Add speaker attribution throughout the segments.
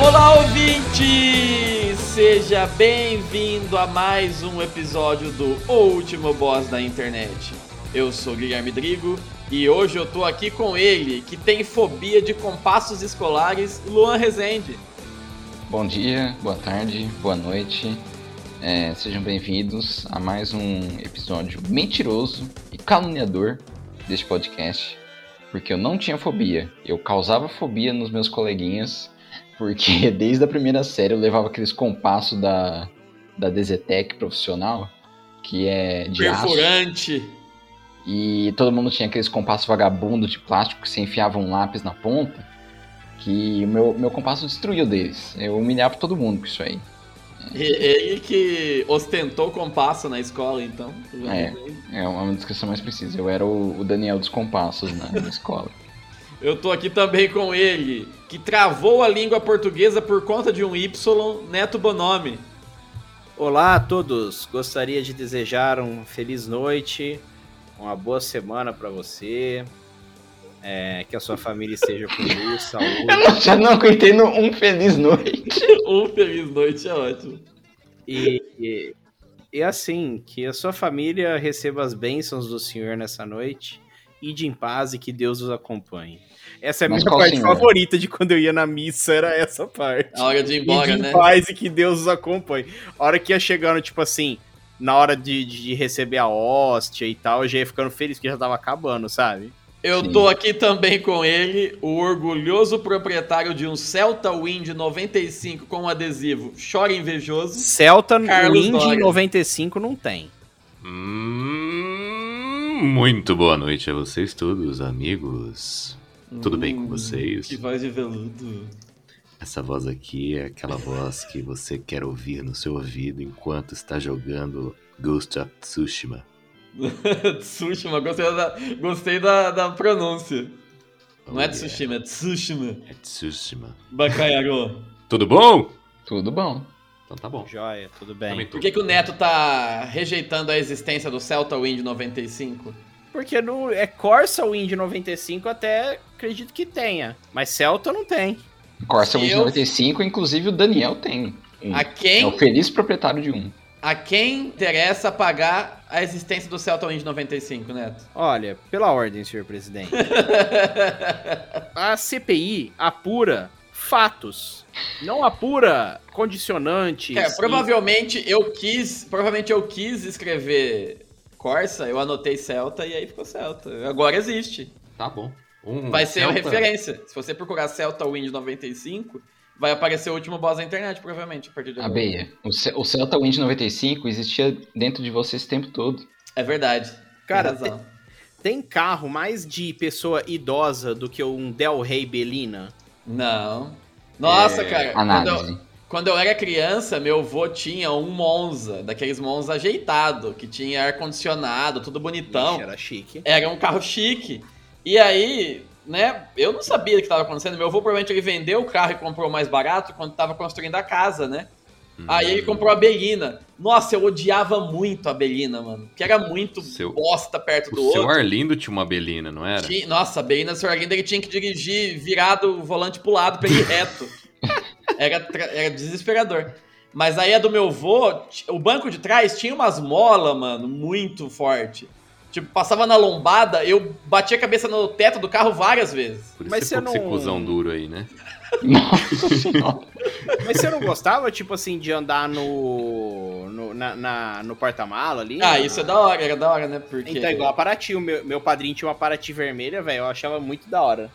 Speaker 1: Olá, ouvinte! Seja bem-vindo a mais um episódio do O Último Boss da Internet. Eu sou Guilherme Drigo e hoje eu tô aqui com ele, que tem fobia de compassos escolares, Luan Rezende.
Speaker 2: Bom dia, boa tarde, boa noite. É, sejam bem-vindos a mais um episódio mentiroso e caluniador deste podcast. Porque eu não tinha fobia. Eu causava fobia nos meus coleguinhas. Porque desde a primeira série eu levava aqueles compassos da, da DZTEC profissional, que é de aço.
Speaker 1: Perfurante.
Speaker 2: E todo mundo tinha aqueles compassos vagabundo de plástico que você enfiava um lápis na ponta. Que o meu, meu compasso destruiu deles. Eu humilhava todo mundo com isso aí.
Speaker 1: E- Ele que ostentou compasso na escola, então.
Speaker 2: É. É uma descrição mais precisa. Eu era o, o Daniel dos compassos na, na escola.
Speaker 1: Eu tô aqui também com ele, que travou a língua portuguesa por conta de um Y, Neto Bonome.
Speaker 3: Olá a todos, gostaria de desejar uma feliz noite, uma boa semana para você, é, que a sua família esteja com luz,
Speaker 2: Eu
Speaker 3: saúde
Speaker 2: não, já não aguentei no um feliz noite.
Speaker 1: Um feliz noite é ótimo.
Speaker 3: e, e, e assim, que a sua família receba as bênçãos do Senhor nessa noite, ide em paz e que Deus os acompanhe. Essa é a
Speaker 2: Mas
Speaker 3: minha
Speaker 2: qual
Speaker 3: parte
Speaker 2: Senhor?
Speaker 3: favorita de quando eu ia na missa, era essa parte.
Speaker 1: A hora de ir
Speaker 3: Ide
Speaker 1: embora,
Speaker 3: em
Speaker 1: né?
Speaker 3: paz e que Deus os acompanhe. A hora que ia chegando, tipo assim, na hora de, de receber a hóstia e tal, eu já ia ficando feliz que já tava acabando, sabe?
Speaker 1: Eu
Speaker 2: Sim.
Speaker 1: tô aqui também com ele, o orgulhoso proprietário de um Celta Wind 95 com um adesivo Chora Invejoso.
Speaker 3: Celta
Speaker 1: Carlos
Speaker 3: Wind
Speaker 1: Dória.
Speaker 3: 95 não tem.
Speaker 4: Hum, Muito boa noite a vocês todos, amigos. Tudo bem com vocês?
Speaker 1: Hum, Que voz de veludo.
Speaker 4: Essa voz aqui é aquela voz que você quer ouvir no seu ouvido enquanto está jogando Ghost of Tsushima.
Speaker 1: Tsushima, gostei da, gostei da, da pronúncia. Não é
Speaker 4: Oh,
Speaker 1: Tsushima, é Tsushima.
Speaker 4: yeah, É Tsushima.
Speaker 1: Bacaiaro.
Speaker 4: Tudo bom?
Speaker 2: Tudo bom.
Speaker 4: Então tá bom.
Speaker 3: Joia, tudo
Speaker 4: Também
Speaker 3: bem.
Speaker 1: Por
Speaker 4: tudo.
Speaker 1: que, que o Neto tá rejeitando a existência do Celta Wind 95?
Speaker 3: Porque no, é Corsa Wind 95 até acredito que tenha, mas Celta não tem.
Speaker 2: Corsa Wind
Speaker 1: Eu-
Speaker 2: 95, inclusive o Daniel tem.
Speaker 4: Hum.
Speaker 2: um.
Speaker 1: A
Speaker 2: É o
Speaker 1: quem,
Speaker 2: feliz proprietário de um.
Speaker 1: a quem interessa pagar a existência do Celta Wind 95, Neto?
Speaker 3: Olha, pela ordem, senhor presidente. A CPI apura fatos, não apura condicionantes.
Speaker 1: É,
Speaker 3: e-
Speaker 1: provavelmente eu quis, provavelmente eu quis escrever Corsa, eu anotei Celta e aí ficou Celta. Agora existe.
Speaker 4: Tá bom. Um
Speaker 2: Hum,
Speaker 1: Vai ser a
Speaker 4: Celta-
Speaker 1: referência. Se você procurar Celta Wind 95, vai aparecer o último boss da internet, provavelmente, a partir de
Speaker 2: A
Speaker 1: agora.
Speaker 2: Beia. O, Ce- o Celta Wind 95 existia dentro de você esse tempo todo.
Speaker 1: É verdade. tem
Speaker 3: Cara,
Speaker 1: razão.
Speaker 3: Tem carro mais de pessoa idosa do que um Del Rey Belina?
Speaker 1: Não. Nossa, cara. É, Quando eu,
Speaker 2: Análise.
Speaker 1: quando eu era criança, meu avô tinha um Monza, daqueles Monza ajeitado, que tinha ar-condicionado, tudo bonitão.
Speaker 3: Ixi, era chique.
Speaker 1: era um carro chique. E aí, né, eu não sabia o que estava acontecendo. Meu avô provavelmente ele vendeu o carro e comprou mais barato quando estava construindo a casa, né?
Speaker 4: Hum.
Speaker 1: Aí ele comprou a Belina. Nossa, eu odiava muito a Belina, mano. Que era muito
Speaker 4: Seu-
Speaker 1: bosta perto do
Speaker 4: O seu
Speaker 1: é outro.
Speaker 4: Arlindo tinha uma belina, não era?
Speaker 1: Tinha- Nossa, a Belina, o senhor Arlindo, ele tinha que dirigir virado o volante pro lado pra ele ir reto. Era, tra- era desesperador. Mas aí a do meu vô, t- o banco de trás tinha umas molas, mano, muito forte. Tipo, passava na lombada, eu batia a cabeça no teto do carro várias vezes.
Speaker 4: Por isso
Speaker 3: Mas
Speaker 4: você ficou
Speaker 3: você
Speaker 4: com esse
Speaker 3: não-
Speaker 4: cuzão duro aí, né?
Speaker 2: Nossa senhora.
Speaker 3: Mas você não gostava, tipo assim, de andar no. no, na- na- no porta-mala ali?
Speaker 1: Ah, isso é da hora, era da hora, né? Porque Ah.
Speaker 3: Então, igual a Paraty, o meu, meu padrinho tinha uma Paraty vermelha, velho, eu achava muito da hora.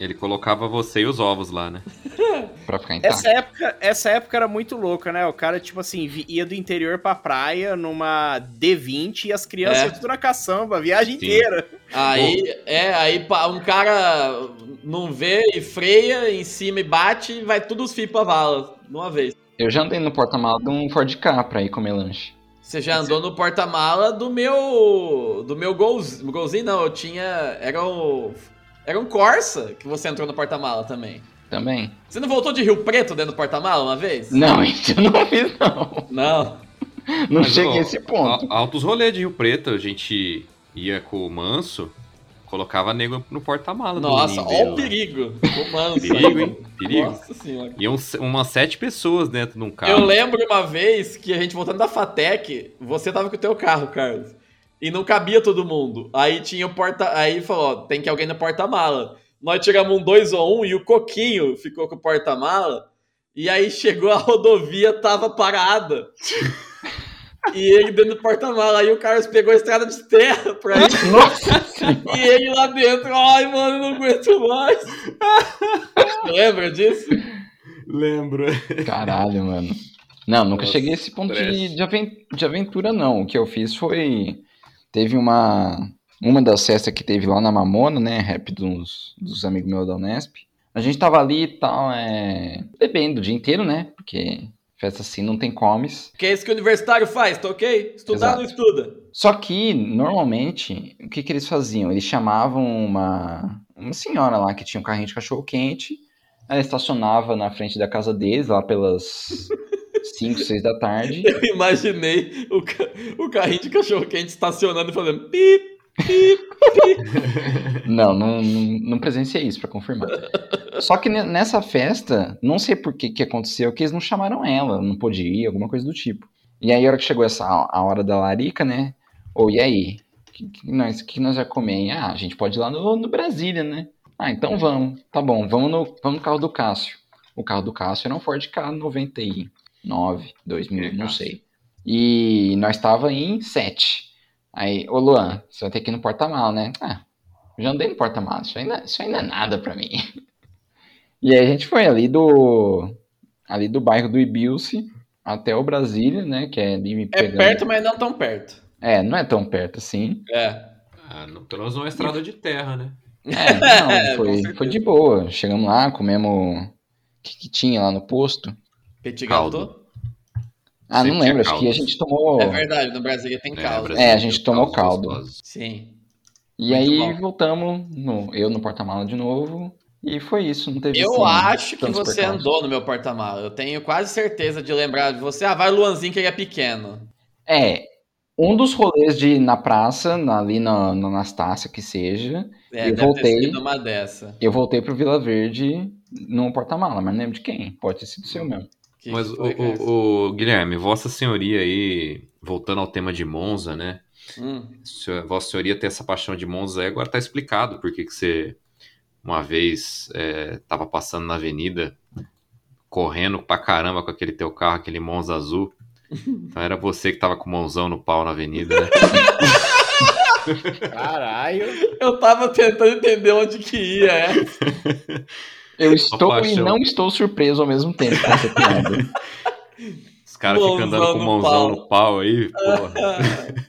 Speaker 5: Ele colocava você e os ovos lá, né?
Speaker 2: Pra ficar intacto.
Speaker 3: Essa época, essa época era muito louca, né? O cara, tipo assim, vi- ia do interior pra praia numa D20 e as crianças
Speaker 1: É.
Speaker 3: iam tudo na caçamba, a viagem
Speaker 5: Sim.
Speaker 3: inteira.
Speaker 1: Aí, é, aí pa- um cara não vê e freia em cima e bate e vai tudo os fios pra vala, de uma vez.
Speaker 2: Eu já andei no porta-malas de um Ford K pra ir comer lanche.
Speaker 1: Você já andou no porta-mala do meu. do meu golzinho. Golzinho não, eu tinha. Era o. Era um Corsa que você entrou no porta-mala também.
Speaker 2: Também.
Speaker 1: Você não voltou de Rio Preto dentro do porta-mala uma vez?
Speaker 2: Não, isso eu não fiz, não.
Speaker 1: Não.
Speaker 2: Não
Speaker 5: Mas,
Speaker 2: cheguei
Speaker 5: ó,
Speaker 2: a esse ponto.
Speaker 5: Al- Altos rolês de Rio Preto, a gente ia com o manso, colocava nego no porta-mala. do
Speaker 1: Nossa,
Speaker 5: ninho
Speaker 1: ó o
Speaker 5: dele
Speaker 1: perigo. Ô, mano,
Speaker 5: lá. Perigo, hein? Perigo.
Speaker 1: Nossa senhora.
Speaker 5: Iam se- umas sete pessoas dentro de um carro.
Speaker 1: Eu lembro uma vez que a gente voltando da Fatec, você tava com o teu carro, Carlos. E não cabia todo mundo. Aí tinha o porta. Aí falou: ó, tem que alguém no porta-mala. Nós tiramos um 2 ou 1 um, e o Coquinho ficou com o porta-mala. E aí chegou a rodovia, tava parada. e ele dentro do porta-mala. Aí o Carlos pegou a estrada de terra pra ele.
Speaker 2: Nossa senhora.
Speaker 1: e ele lá dentro. Ai, mano, não aguento mais. Lembra disso?
Speaker 5: Lembro.
Speaker 2: Caralho, mano. Não, nunca
Speaker 5: Nossa,
Speaker 2: cheguei a esse ponto de,
Speaker 5: parece.
Speaker 2: de aven- de aventura, não. O que eu fiz foi. Teve uma. Uma das festas que teve lá na Mamona, né? Rap dos, dos amigos meus da Unesp. A gente tava ali e tal, é. Bebendo o dia inteiro, né? Porque festa assim não tem comes.
Speaker 1: Que é isso que o universitário faz, tá ok? Estudar
Speaker 2: Exato.
Speaker 1: não estuda.
Speaker 2: Só que, normalmente, o que, que eles faziam? Eles chamavam uma, uma senhora lá que tinha um carrinho de cachorro quente, ela estacionava na frente da casa deles, lá pelas 5, 6 da tarde.
Speaker 1: Eu imaginei o, ca- o carrinho de cachorro-quente estacionando e fazendo pip, pip.
Speaker 2: Não, não, não, não presenciei isso pra confirmar. Só que ne- nessa festa, não sei por que que aconteceu, que eles não chamaram ela, não podia ir, alguma coisa do tipo. E aí, a hora que chegou essa, a hora da larica, né? Ou, e aí? O que, que nós, que nós já comer? Ah, a gente pode ir lá no, no Brasília, né? Ah, então vamos. Tá bom, vamos no, vamos no carro do Cássio. O carro do Cássio era um Ford K99, 2000,
Speaker 5: É,
Speaker 2: não
Speaker 5: Cássio.
Speaker 2: sei. E nós estava em 7. Aí, ô Luan, você vai ter que ir no porta-mal, né? Ah, eu já andei no porta-malas, isso ainda, isso ainda é nada pra mim. E aí a gente foi ali do ali do bairro do Ibilce até o Brasília, né, que é ali
Speaker 1: É
Speaker 2: pegando-
Speaker 1: perto, mas não tão perto.
Speaker 2: É, não é tão perto assim.
Speaker 1: É.
Speaker 5: Ah, não, pelo menos uma estrada de terra, né?
Speaker 2: É, não,
Speaker 1: Com
Speaker 2: foi,
Speaker 1: certeza.
Speaker 2: foi de boa. Chegamos lá, comemos o que, que tinha lá no posto.
Speaker 1: Petit
Speaker 5: Caldo.
Speaker 1: Gâteau.
Speaker 2: Ah,
Speaker 5: Sempre
Speaker 2: não lembro,
Speaker 5: é
Speaker 2: acho
Speaker 5: caldo.
Speaker 2: que a gente tomou.
Speaker 1: É verdade, no Brasília tem caldo.
Speaker 5: Brasil,
Speaker 2: É, a gente tomou
Speaker 5: caldos
Speaker 2: caldo.
Speaker 5: gostosos.
Speaker 1: Sim.
Speaker 2: e
Speaker 1: muito
Speaker 2: aí
Speaker 1: bom.
Speaker 2: voltamos, no, eu no porta-mala de novo. E foi isso, não teve
Speaker 1: Eu
Speaker 2: assim,
Speaker 1: acho que
Speaker 2: tantos
Speaker 1: você
Speaker 2: percalços.
Speaker 1: andou no meu porta-mala. Eu tenho quase certeza de lembrar de você. Ah, vai Luanzinho que ele é pequeno.
Speaker 2: É, um dos rolês de ir na praça, na- ali na, na Anastácia, que seja,
Speaker 1: É,
Speaker 2: Eu
Speaker 1: deve
Speaker 2: voltei.
Speaker 1: ter sido uma dessa.
Speaker 2: Eu voltei pro Vila Verde num porta-mala, mas não lembro de quem. Pode ter sido seu mesmo.
Speaker 1: Que
Speaker 5: Mas,
Speaker 1: que é
Speaker 5: o,
Speaker 1: foi essa?
Speaker 5: o- o- Guilherme, Vossa Senhoria aí, voltando ao tema de Monza, né?
Speaker 1: Hum.
Speaker 5: Senhor- Vossa Senhoria ter essa paixão de Monza aí, agora tá explicado por que que você, uma vez, é, tava passando na avenida, correndo pra caramba com aquele teu carro, aquele Monza azul. Então era você que tava com o Monzão no pau na avenida, né?
Speaker 3: Caralho.
Speaker 1: Eu tava tentando entender onde que ia, é.
Speaker 2: Eu estou e
Speaker 5: paixão.
Speaker 2: não estou surpreso ao mesmo tempo com essa piada.
Speaker 5: Os caras ficam andando com o Monzão
Speaker 1: Monzão no
Speaker 5: no pau aí, porra.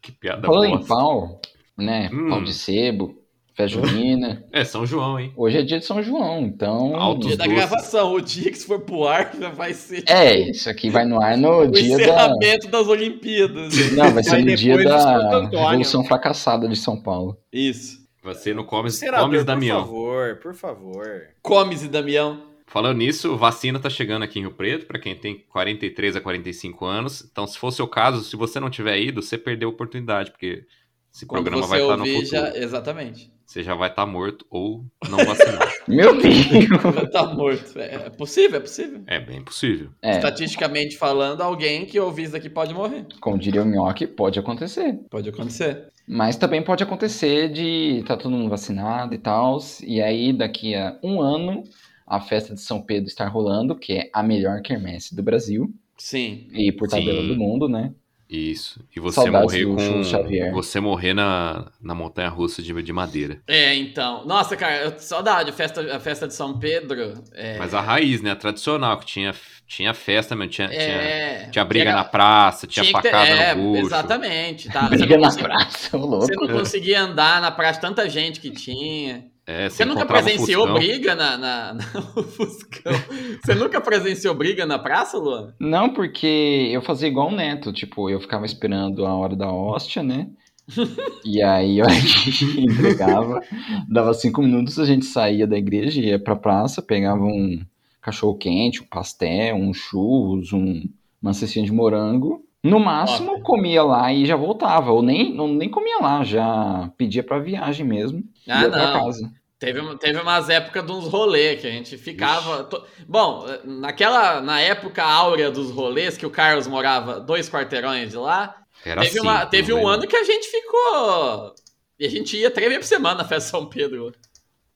Speaker 5: Que piada
Speaker 2: Falando em
Speaker 5: boa.
Speaker 2: pau, né?
Speaker 5: Hum.
Speaker 2: Pau de sebo, fé junina.
Speaker 5: É, São João, hein?
Speaker 2: Hoje é dia de São João, então.
Speaker 5: Altos-
Speaker 1: Dia
Speaker 5: Os
Speaker 1: da
Speaker 5: doces.
Speaker 1: gravação. O dia que isso for pro ar já vai ser
Speaker 2: É, isso aqui vai no ar no
Speaker 1: o
Speaker 2: dia da.
Speaker 1: encerramento das Olimpíadas.
Speaker 2: Não, vai ser
Speaker 3: Vai
Speaker 2: no dia
Speaker 3: depois do Santo
Speaker 2: da
Speaker 3: Antônio.
Speaker 2: Revolução Fracassada de São Paulo.
Speaker 1: Isso.
Speaker 5: Você não come,
Speaker 3: Senador,
Speaker 5: come
Speaker 3: por
Speaker 5: Damião.
Speaker 3: favor, por favor.
Speaker 1: Comes e Damião.
Speaker 5: Falando nisso, vacina tá chegando aqui em Rio Preto para quem tem 43 a 45 anos. Então, se for o seu caso, se você não tiver ido, você perdeu a oportunidade, porque esse
Speaker 1: Quando
Speaker 5: programa
Speaker 1: você
Speaker 5: vai estar no
Speaker 1: ouvir,
Speaker 5: futuro.
Speaker 1: já. Exatamente.
Speaker 5: Você já vai estar morto ou não vacinado.
Speaker 2: Meu Deus!
Speaker 1: Vai tá morto. É é possível, é possível.
Speaker 5: é bem possível.
Speaker 2: É,
Speaker 1: Estatisticamente falando, alguém que ouvir isso daqui pode morrer.
Speaker 2: como diria o Minhoque, pode acontecer.
Speaker 1: Pode acontecer.
Speaker 2: Mas também pode acontecer de tá todo mundo vacinado e tal, e aí daqui a um ano a festa de São Pedro está rolando, que é a melhor quermesse do Brasil
Speaker 1: Sim.
Speaker 2: e por
Speaker 5: Sim.
Speaker 2: tabela do mundo, né?
Speaker 5: Isso. E você
Speaker 2: Saudades
Speaker 5: morrer
Speaker 2: do
Speaker 5: com.
Speaker 2: Chico Xavier.
Speaker 5: Você morrer na, na montanha russa de, de madeira.
Speaker 1: É, então. Nossa, cara, eu- saudade. Festa, a festa de São Pedro. É.
Speaker 5: Mas a raiz, né? A tradicional, que tinha, tinha festa mesmo, tinha, tinha,
Speaker 1: é,
Speaker 5: tinha briga
Speaker 1: Tinha-
Speaker 5: na praça, tinha,
Speaker 1: que ter-
Speaker 5: facada
Speaker 1: é,
Speaker 5: no bucho.
Speaker 1: Exatamente. Tá? Você,
Speaker 2: Briga
Speaker 1: não
Speaker 2: na
Speaker 1: conseguia,
Speaker 2: praça, ô
Speaker 1: você
Speaker 2: louco.
Speaker 1: não conseguia andar na praça, tanta gente que tinha.
Speaker 5: É,
Speaker 1: Você nunca presenciou
Speaker 5: briga?
Speaker 1: briga na, na, na- no Fuscão? Você nunca presenciou briga na praça, Luan?
Speaker 2: Não, porque eu fazia igual o Neto, tipo, eu ficava esperando a hora da hóstia, né? E aí a hora que entregava, dava cinco minutos, a gente saía da igreja, ia pra praça, pegava um cachorro quente, um pastel, um churros, um, uma cestinha de morango. No máximo, comia lá e já voltava. Ou nem, ou nem comia lá, já pedia pra viagem mesmo. e
Speaker 1: Ah,
Speaker 2: ia pra
Speaker 1: não.
Speaker 2: casa.
Speaker 1: Teve, uma- teve umas épocas de uns rolês que a gente ficava. to- Bom, naquela. Na época áurea dos rolês, que o Carlos morava dois quarteirões de lá,
Speaker 5: Era assim,
Speaker 1: teve, uma-
Speaker 5: cinco,
Speaker 1: teve
Speaker 5: não
Speaker 1: um
Speaker 5: lembro.
Speaker 1: ano que a gente ficou. E a gente ia três vezes por semana na festa São Pedro.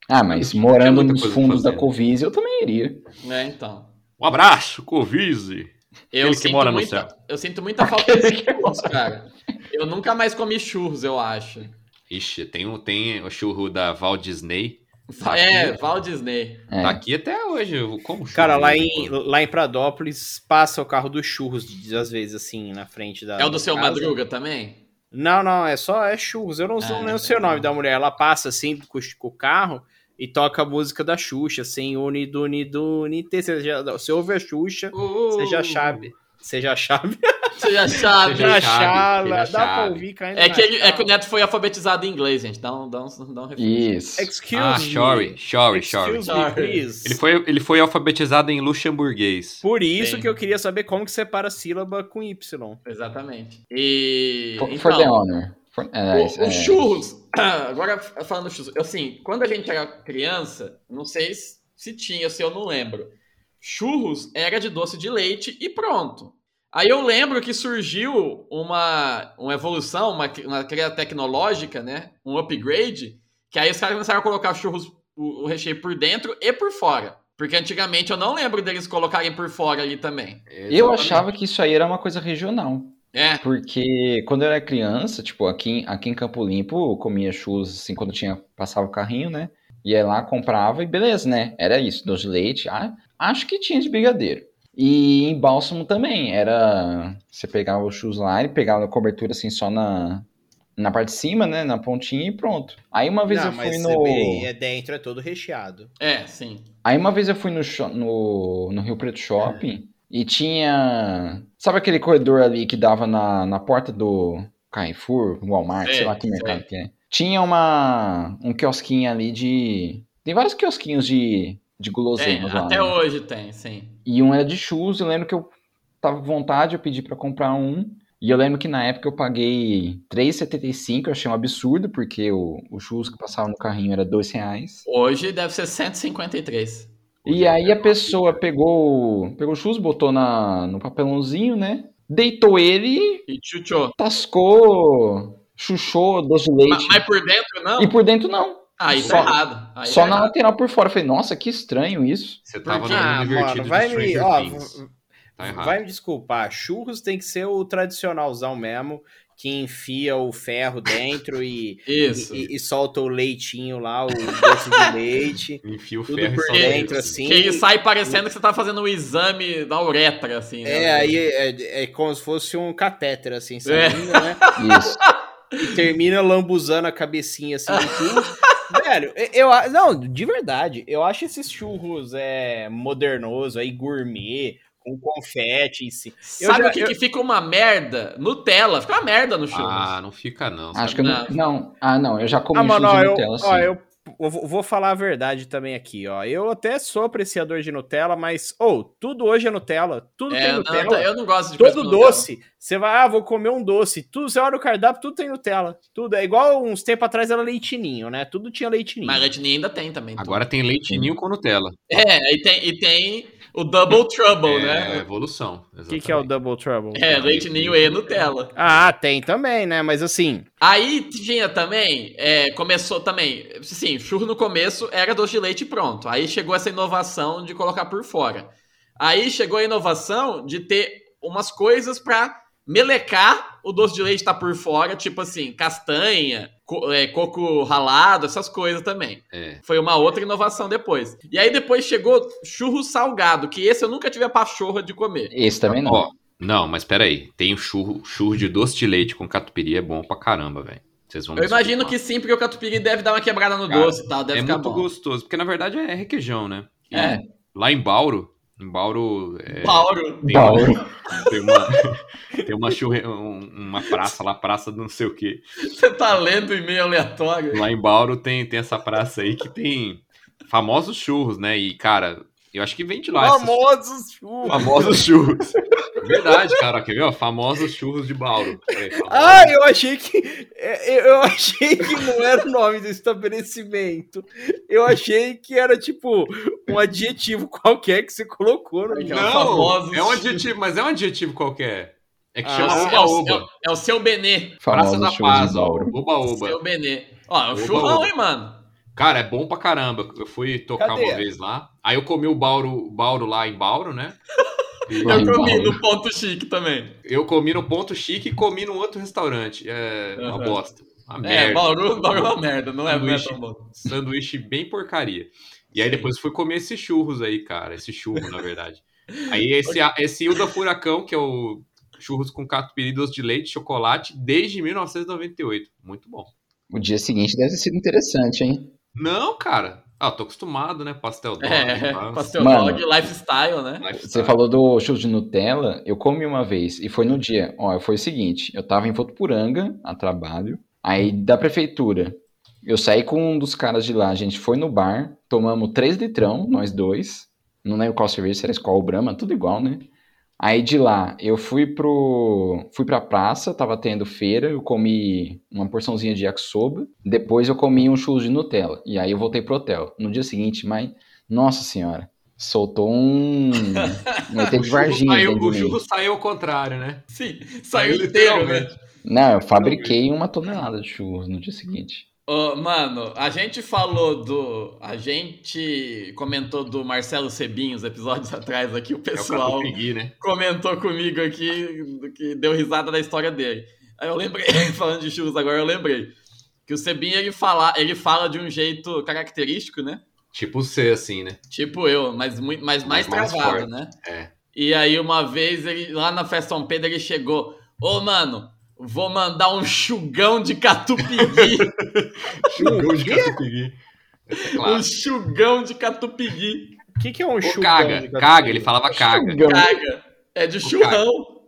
Speaker 2: Ah, mas
Speaker 5: Tinha
Speaker 2: morando
Speaker 5: é muita
Speaker 2: nos
Speaker 5: coisa pra
Speaker 2: fundos da
Speaker 5: fazer.
Speaker 2: Covise, eu também iria.
Speaker 1: Né, então.
Speaker 5: Um abraço, Covise!
Speaker 1: Eu
Speaker 5: Ele que
Speaker 1: sinto
Speaker 5: mora no
Speaker 1: muita,
Speaker 5: céu.
Speaker 1: Eu sinto muita falta de churros, cara. Eu nunca mais comi churros, eu acho.
Speaker 5: Ixi, tem, um, tem o churro da Walt Disney. Tá
Speaker 1: É,
Speaker 5: aqui.
Speaker 1: Walt Disney.
Speaker 2: É.
Speaker 5: Tá aqui até hoje. eu Como churro?
Speaker 3: Cara, lá em, lá em Pradópolis passa o carro dos churros, diz às vezes, assim, na frente da.
Speaker 1: É o do
Speaker 3: da
Speaker 1: seu
Speaker 3: casa.
Speaker 1: Madruga também?
Speaker 3: Não, não, é só é churros. Eu não sei
Speaker 1: Ah,
Speaker 3: nem o seu nome da mulher. Ela passa assim com, o- com o carro e toca a música da Xuxa, assim, Uni, Duni, Duni. Tê. Você, já, você ouve a Xuxa, você já sabe. Você já sabe.
Speaker 1: Você já
Speaker 5: Você
Speaker 1: sabe.
Speaker 5: já
Speaker 3: Já
Speaker 5: sabe,
Speaker 3: sabe.
Speaker 5: você já
Speaker 3: Dá pra
Speaker 5: sabe.
Speaker 3: ouvir caindo.
Speaker 1: É
Speaker 3: na
Speaker 1: que, ele- é
Speaker 3: sala.
Speaker 1: que o Neto foi alfabetizado em inglês, gente. Dá um, dá um,
Speaker 5: é
Speaker 1: dá um reflexo.
Speaker 2: Isso.
Speaker 3: Excuse
Speaker 5: Ah,
Speaker 3: me.
Speaker 5: sorry, sorry, sorry.
Speaker 3: Excuse me,
Speaker 1: Sorry.
Speaker 3: please.
Speaker 5: Ele foi, ele foi alfabetizado em luxemburguês.
Speaker 3: Por isso
Speaker 1: Sim.
Speaker 3: que eu queria saber como que separa sílaba com Y.
Speaker 1: Exatamente. E.
Speaker 2: For, for the
Speaker 1: Então,
Speaker 2: honor. For- é,
Speaker 1: o,
Speaker 2: isso,
Speaker 1: o
Speaker 2: é.
Speaker 1: churros. Agora falando dos churros. Assim, quando a gente era criança, não sei se se tinha, se eu não lembro. Churros era de doce de leite e pronto. Aí eu lembro que surgiu uma, uma evolução, uma, cri- uma cria tecnológica, né? Um upgrade, que aí os caras começaram a colocar churros, o, o recheio por dentro e por fora. Porque antigamente eu não lembro deles colocarem por fora ali também.
Speaker 2: Eu achava que isso aí era uma coisa regional.
Speaker 1: É,
Speaker 2: Porque quando eu era criança, tipo, aqui, em- aqui em Campo Limpo, eu comia churros assim quando tinha, passava o carrinho, né? Ia lá, comprava e beleza, né? Era isso, doce de leite. Ah, acho que tinha de brigadeiro. E em Bálsamo também, era. Você pegava os churros lá e pegava a cobertura assim só na, na parte de cima, né? Na pontinha e pronto. Aí uma vez eu fui
Speaker 3: mas
Speaker 2: no.
Speaker 3: é, é dentro, é todo recheado.
Speaker 1: é, sim.
Speaker 2: Aí uma vez eu fui no, sho- no, no Rio Preto Shopping e tinha. Sabe aquele corredor ali que dava na, na porta do Carrefour, Walmart,
Speaker 1: Sei,
Speaker 2: sei lá que mercado
Speaker 1: sei.
Speaker 2: que é? Tinha uma, um quiosquinho ali de. Tem vários quiosquinhos de, de
Speaker 1: Tem,
Speaker 2: guloseima lá.
Speaker 1: É, até
Speaker 2: né?
Speaker 1: hoje tem, sim.
Speaker 2: E um era de churros, eu lembro que eu tava com vontade, eu pedi pra comprar um. E eu lembro que na época eu paguei R$3,75, eu achei um absurdo, porque o, o churros que passava no carrinho era R$2,00. reais.
Speaker 1: Hoje deve ser 153.
Speaker 2: E aí a pessoa pegou, pegou o chus, botou na, no papelãozinho, né? Deitou ele,
Speaker 1: E tchutchô.
Speaker 2: tascou, chuchou doce de
Speaker 1: Mas,
Speaker 2: leite.
Speaker 1: mas por dentro não?
Speaker 2: E por dentro não,
Speaker 1: Ah, isso
Speaker 5: Só-
Speaker 1: é errado. Aí
Speaker 2: só
Speaker 1: é
Speaker 2: na
Speaker 1: errado.
Speaker 2: lateral por fora. Eu falei, nossa, que estranho isso.
Speaker 5: Você tava
Speaker 1: Porque-
Speaker 5: no
Speaker 3: Ah,
Speaker 5: mundo divertido
Speaker 3: mano,
Speaker 5: de
Speaker 3: vai me,
Speaker 5: Stranger
Speaker 3: ó,
Speaker 5: Things.
Speaker 3: v-
Speaker 5: Tá errado.
Speaker 3: vai me desculpar. Churros tem que ser o tradicionalzão mesmo, que enfia o ferro dentro e,
Speaker 1: Isso.
Speaker 3: e- e solta o leitinho lá, o doce de leite,
Speaker 5: Enfia o
Speaker 3: tudo
Speaker 5: ferro e
Speaker 3: por
Speaker 5: só
Speaker 3: dentro
Speaker 5: desce.
Speaker 3: assim.
Speaker 1: Que ele sai parecendo que você tá fazendo um exame da uretra, assim. né?
Speaker 3: É, aí é, é como se fosse um catéter, assim,
Speaker 1: É.
Speaker 3: saindo, né?
Speaker 2: Isso.
Speaker 3: E termina lambuzando a cabecinha, assim, do churro. Velho, eu, eu... a- Não, de verdade, eu acho esses churros é, modernoso, aí gourmet, com confete em cima. Eu
Speaker 1: Sabe
Speaker 3: já-
Speaker 1: o que,
Speaker 3: eu-
Speaker 1: que fica uma merda? Nutella. Fica uma merda no churros.
Speaker 5: Ah, não fica não.
Speaker 2: Acho
Speaker 5: sabe?
Speaker 2: que eu não, não. Ah, não, eu já comi
Speaker 3: Ah,
Speaker 2: chus
Speaker 3: mano, ó,
Speaker 2: de
Speaker 3: eu,
Speaker 2: Nutella,
Speaker 3: ó,
Speaker 2: assim.
Speaker 3: eu, eu vou vou falar a verdade também aqui, ó. Eu até sou apreciador de Nutella, mas, ou, tudo hoje é Nutella, tudo
Speaker 1: É,
Speaker 3: tem
Speaker 1: não,
Speaker 3: Nutella.
Speaker 1: eu não gosto de coisa
Speaker 3: Todo
Speaker 1: com Nutella.
Speaker 3: doce, você vai, ah, vou comer um doce. Tudo, você olha o cardápio, tudo tem Nutella. Tudo. É igual uns tempos atrás era leitinho, né? Tudo tinha leitinho.
Speaker 1: Mas é leitinho ainda tem também. tudo.
Speaker 5: Agora tem leitinho com Nutella.
Speaker 3: Tá
Speaker 1: É, e tem, e tem o Double Trouble,
Speaker 5: é a
Speaker 1: né?
Speaker 5: evolução.
Speaker 3: O que, que é o Double Trouble?
Speaker 1: É, leitinho e Nutella.
Speaker 3: Ah, tem também, né? Mas assim,
Speaker 1: Aí tinha também, é, começou também, sim, churro no começo era doce de leite e pronto. Aí chegou essa inovação de colocar por fora. Aí chegou a inovação de ter umas coisas pra melecar, o doce de leite tá por fora, tipo assim, castanha, co- é, coco ralado, essas coisas também.
Speaker 5: É.
Speaker 1: Foi uma outra inovação depois. E aí depois chegou churro salgado, que esse eu nunca tive a pachorra de comer.
Speaker 2: Esse também não.
Speaker 5: Ó, não, mas peraí. Tem o churro, churro de doce de leite com catupiry é bom pra caramba, velho. Vocês vão me
Speaker 1: Eu imagino
Speaker 5: desculpar.
Speaker 1: que sim, porque o catupiry deve dar uma quebrada no
Speaker 5: Cara,
Speaker 1: doce e tal, deve
Speaker 5: é
Speaker 1: ficar
Speaker 5: muito
Speaker 1: bom.
Speaker 5: gostoso, porque na verdade é requeijão, né? E
Speaker 1: É.
Speaker 5: Lá em Bauro, em Bauro é,
Speaker 1: Bauro.
Speaker 5: tem,
Speaker 2: Bauro.
Speaker 5: Uma, tem uma tem uma churre- um- uma praça lá, praça do não sei o quê.
Speaker 1: Você tá lendo e-mail aleatório?
Speaker 5: Lá em Bauro tem tem essa praça aí que tem famosos churros, né? E cara, eu acho que vem de lá esses
Speaker 3: Famosos uh, churros.
Speaker 5: famosos churros. Verdade, cara, quer ver? ó? Famosos churros de É, Bauro. Peraí, famosos
Speaker 3: Ah, eu achei que. é, Eu eu achei que não era o nome do estabelecimento. Eu achei que era tipo um adjetivo qualquer que você colocou no
Speaker 1: Legal. Não,
Speaker 3: nome.
Speaker 1: famosos.
Speaker 5: é um adjetivo, mas é um adjetivo qualquer. É que
Speaker 3: Ah,
Speaker 5: chama
Speaker 1: é, o- é o, é,
Speaker 5: oba-oba.
Speaker 1: o, é o seu Benê.
Speaker 5: Praça da
Speaker 2: Famosos churros
Speaker 5: Paz,
Speaker 2: de Bauru.
Speaker 5: oba-oba.
Speaker 1: Seu Benê. Ó, é um
Speaker 5: Oba,
Speaker 1: churrão,
Speaker 5: oba.
Speaker 1: hein, mano?
Speaker 5: Cara, é bom pra caramba. Eu fui tocar
Speaker 3: Cadê?
Speaker 5: uma vez lá. Aí eu comi o Bauro, Bauro lá em Bauro, né? E
Speaker 2: Lá
Speaker 1: Eu
Speaker 2: em
Speaker 1: comi
Speaker 2: Bauru.
Speaker 1: no ponto chique também.
Speaker 5: eu comi no Ponto Chique e comi num outro restaurante. É uma
Speaker 1: Aham.
Speaker 5: bosta. Uma
Speaker 1: É,
Speaker 5: merda.
Speaker 1: Bauru, Bauru é uma merda, não é, não é
Speaker 5: Sanduíche.
Speaker 1: tão bom.
Speaker 5: Sanduíche bem porcaria. E aí
Speaker 1: Sim.
Speaker 5: depois fui comer esses churros aí, cara. Esse churro, na verdade. Aí esse, esse Ilda Furacão, que é o churros com catupiry, doce de leite, chocolate, desde 1998. Muito bom.
Speaker 2: O dia seguinte deve ter sido interessante, hein?
Speaker 5: Não, cara. Ah, tô acostumado, né? Pastel dog.
Speaker 1: É,
Speaker 5: pasta,
Speaker 1: pastel
Speaker 2: Mano.
Speaker 1: dog, lifestyle, né?
Speaker 5: lifestyle.
Speaker 2: Você falou do churro de Nutella, eu comi uma vez, e foi no dia, ó, foi o seguinte, eu tava em Votuporanga, a trabalho, aí da prefeitura, eu saí com um dos caras de lá, a gente foi no bar, tomamos três litrão, nós dois, não lembro qual cerveja, se era Skol ou Brahma, tudo igual, né? Aí de lá, eu fui pro. fui pra praça, tava tendo feira, eu comi uma porçãozinha de yakisoba, depois eu comi um churro de Nutella. E aí eu voltei pro hotel. No dia seguinte, mas, nossa senhora, soltou um. um ET
Speaker 5: O
Speaker 2: de
Speaker 5: churro
Speaker 2: Varginha.
Speaker 5: saiu-
Speaker 2: dentro
Speaker 5: o
Speaker 2: de mim.
Speaker 5: churro saiu ao contrário, né?
Speaker 1: Sim, saiu inteiro, né?
Speaker 2: Não, eu fabriquei uma tonelada de churros no dia seguinte.
Speaker 1: Ô, mano, a gente falou do. A gente comentou do Marcelo Sebinhos episódios atrás aqui, o
Speaker 5: É o
Speaker 1: pessoal
Speaker 5: catupiry, né?
Speaker 1: comentou comigo aqui que deu risada da história dele. Aí eu lembrei, falando de churros agora, eu lembrei. Que o Sebinho ele fala, ele fala de um jeito característico, né?
Speaker 5: Tipo C, assim, né?
Speaker 1: Tipo eu, mas, muito, mas mais
Speaker 5: Mas mais forte,
Speaker 1: travado, né?
Speaker 5: é.
Speaker 1: E aí, uma vez, ele, lá na festa São Pedro, ele chegou: Ô, mano, vou mandar um chugão de catupiry.
Speaker 5: Churro de catupiry. Esse é
Speaker 1: um
Speaker 5: claro.
Speaker 1: chugão de catupiry.
Speaker 3: O que, que é um
Speaker 5: Ou
Speaker 3: churro?
Speaker 5: caga, caga, ele falava caga.
Speaker 2: Chugão.
Speaker 1: Caga. É de churrão.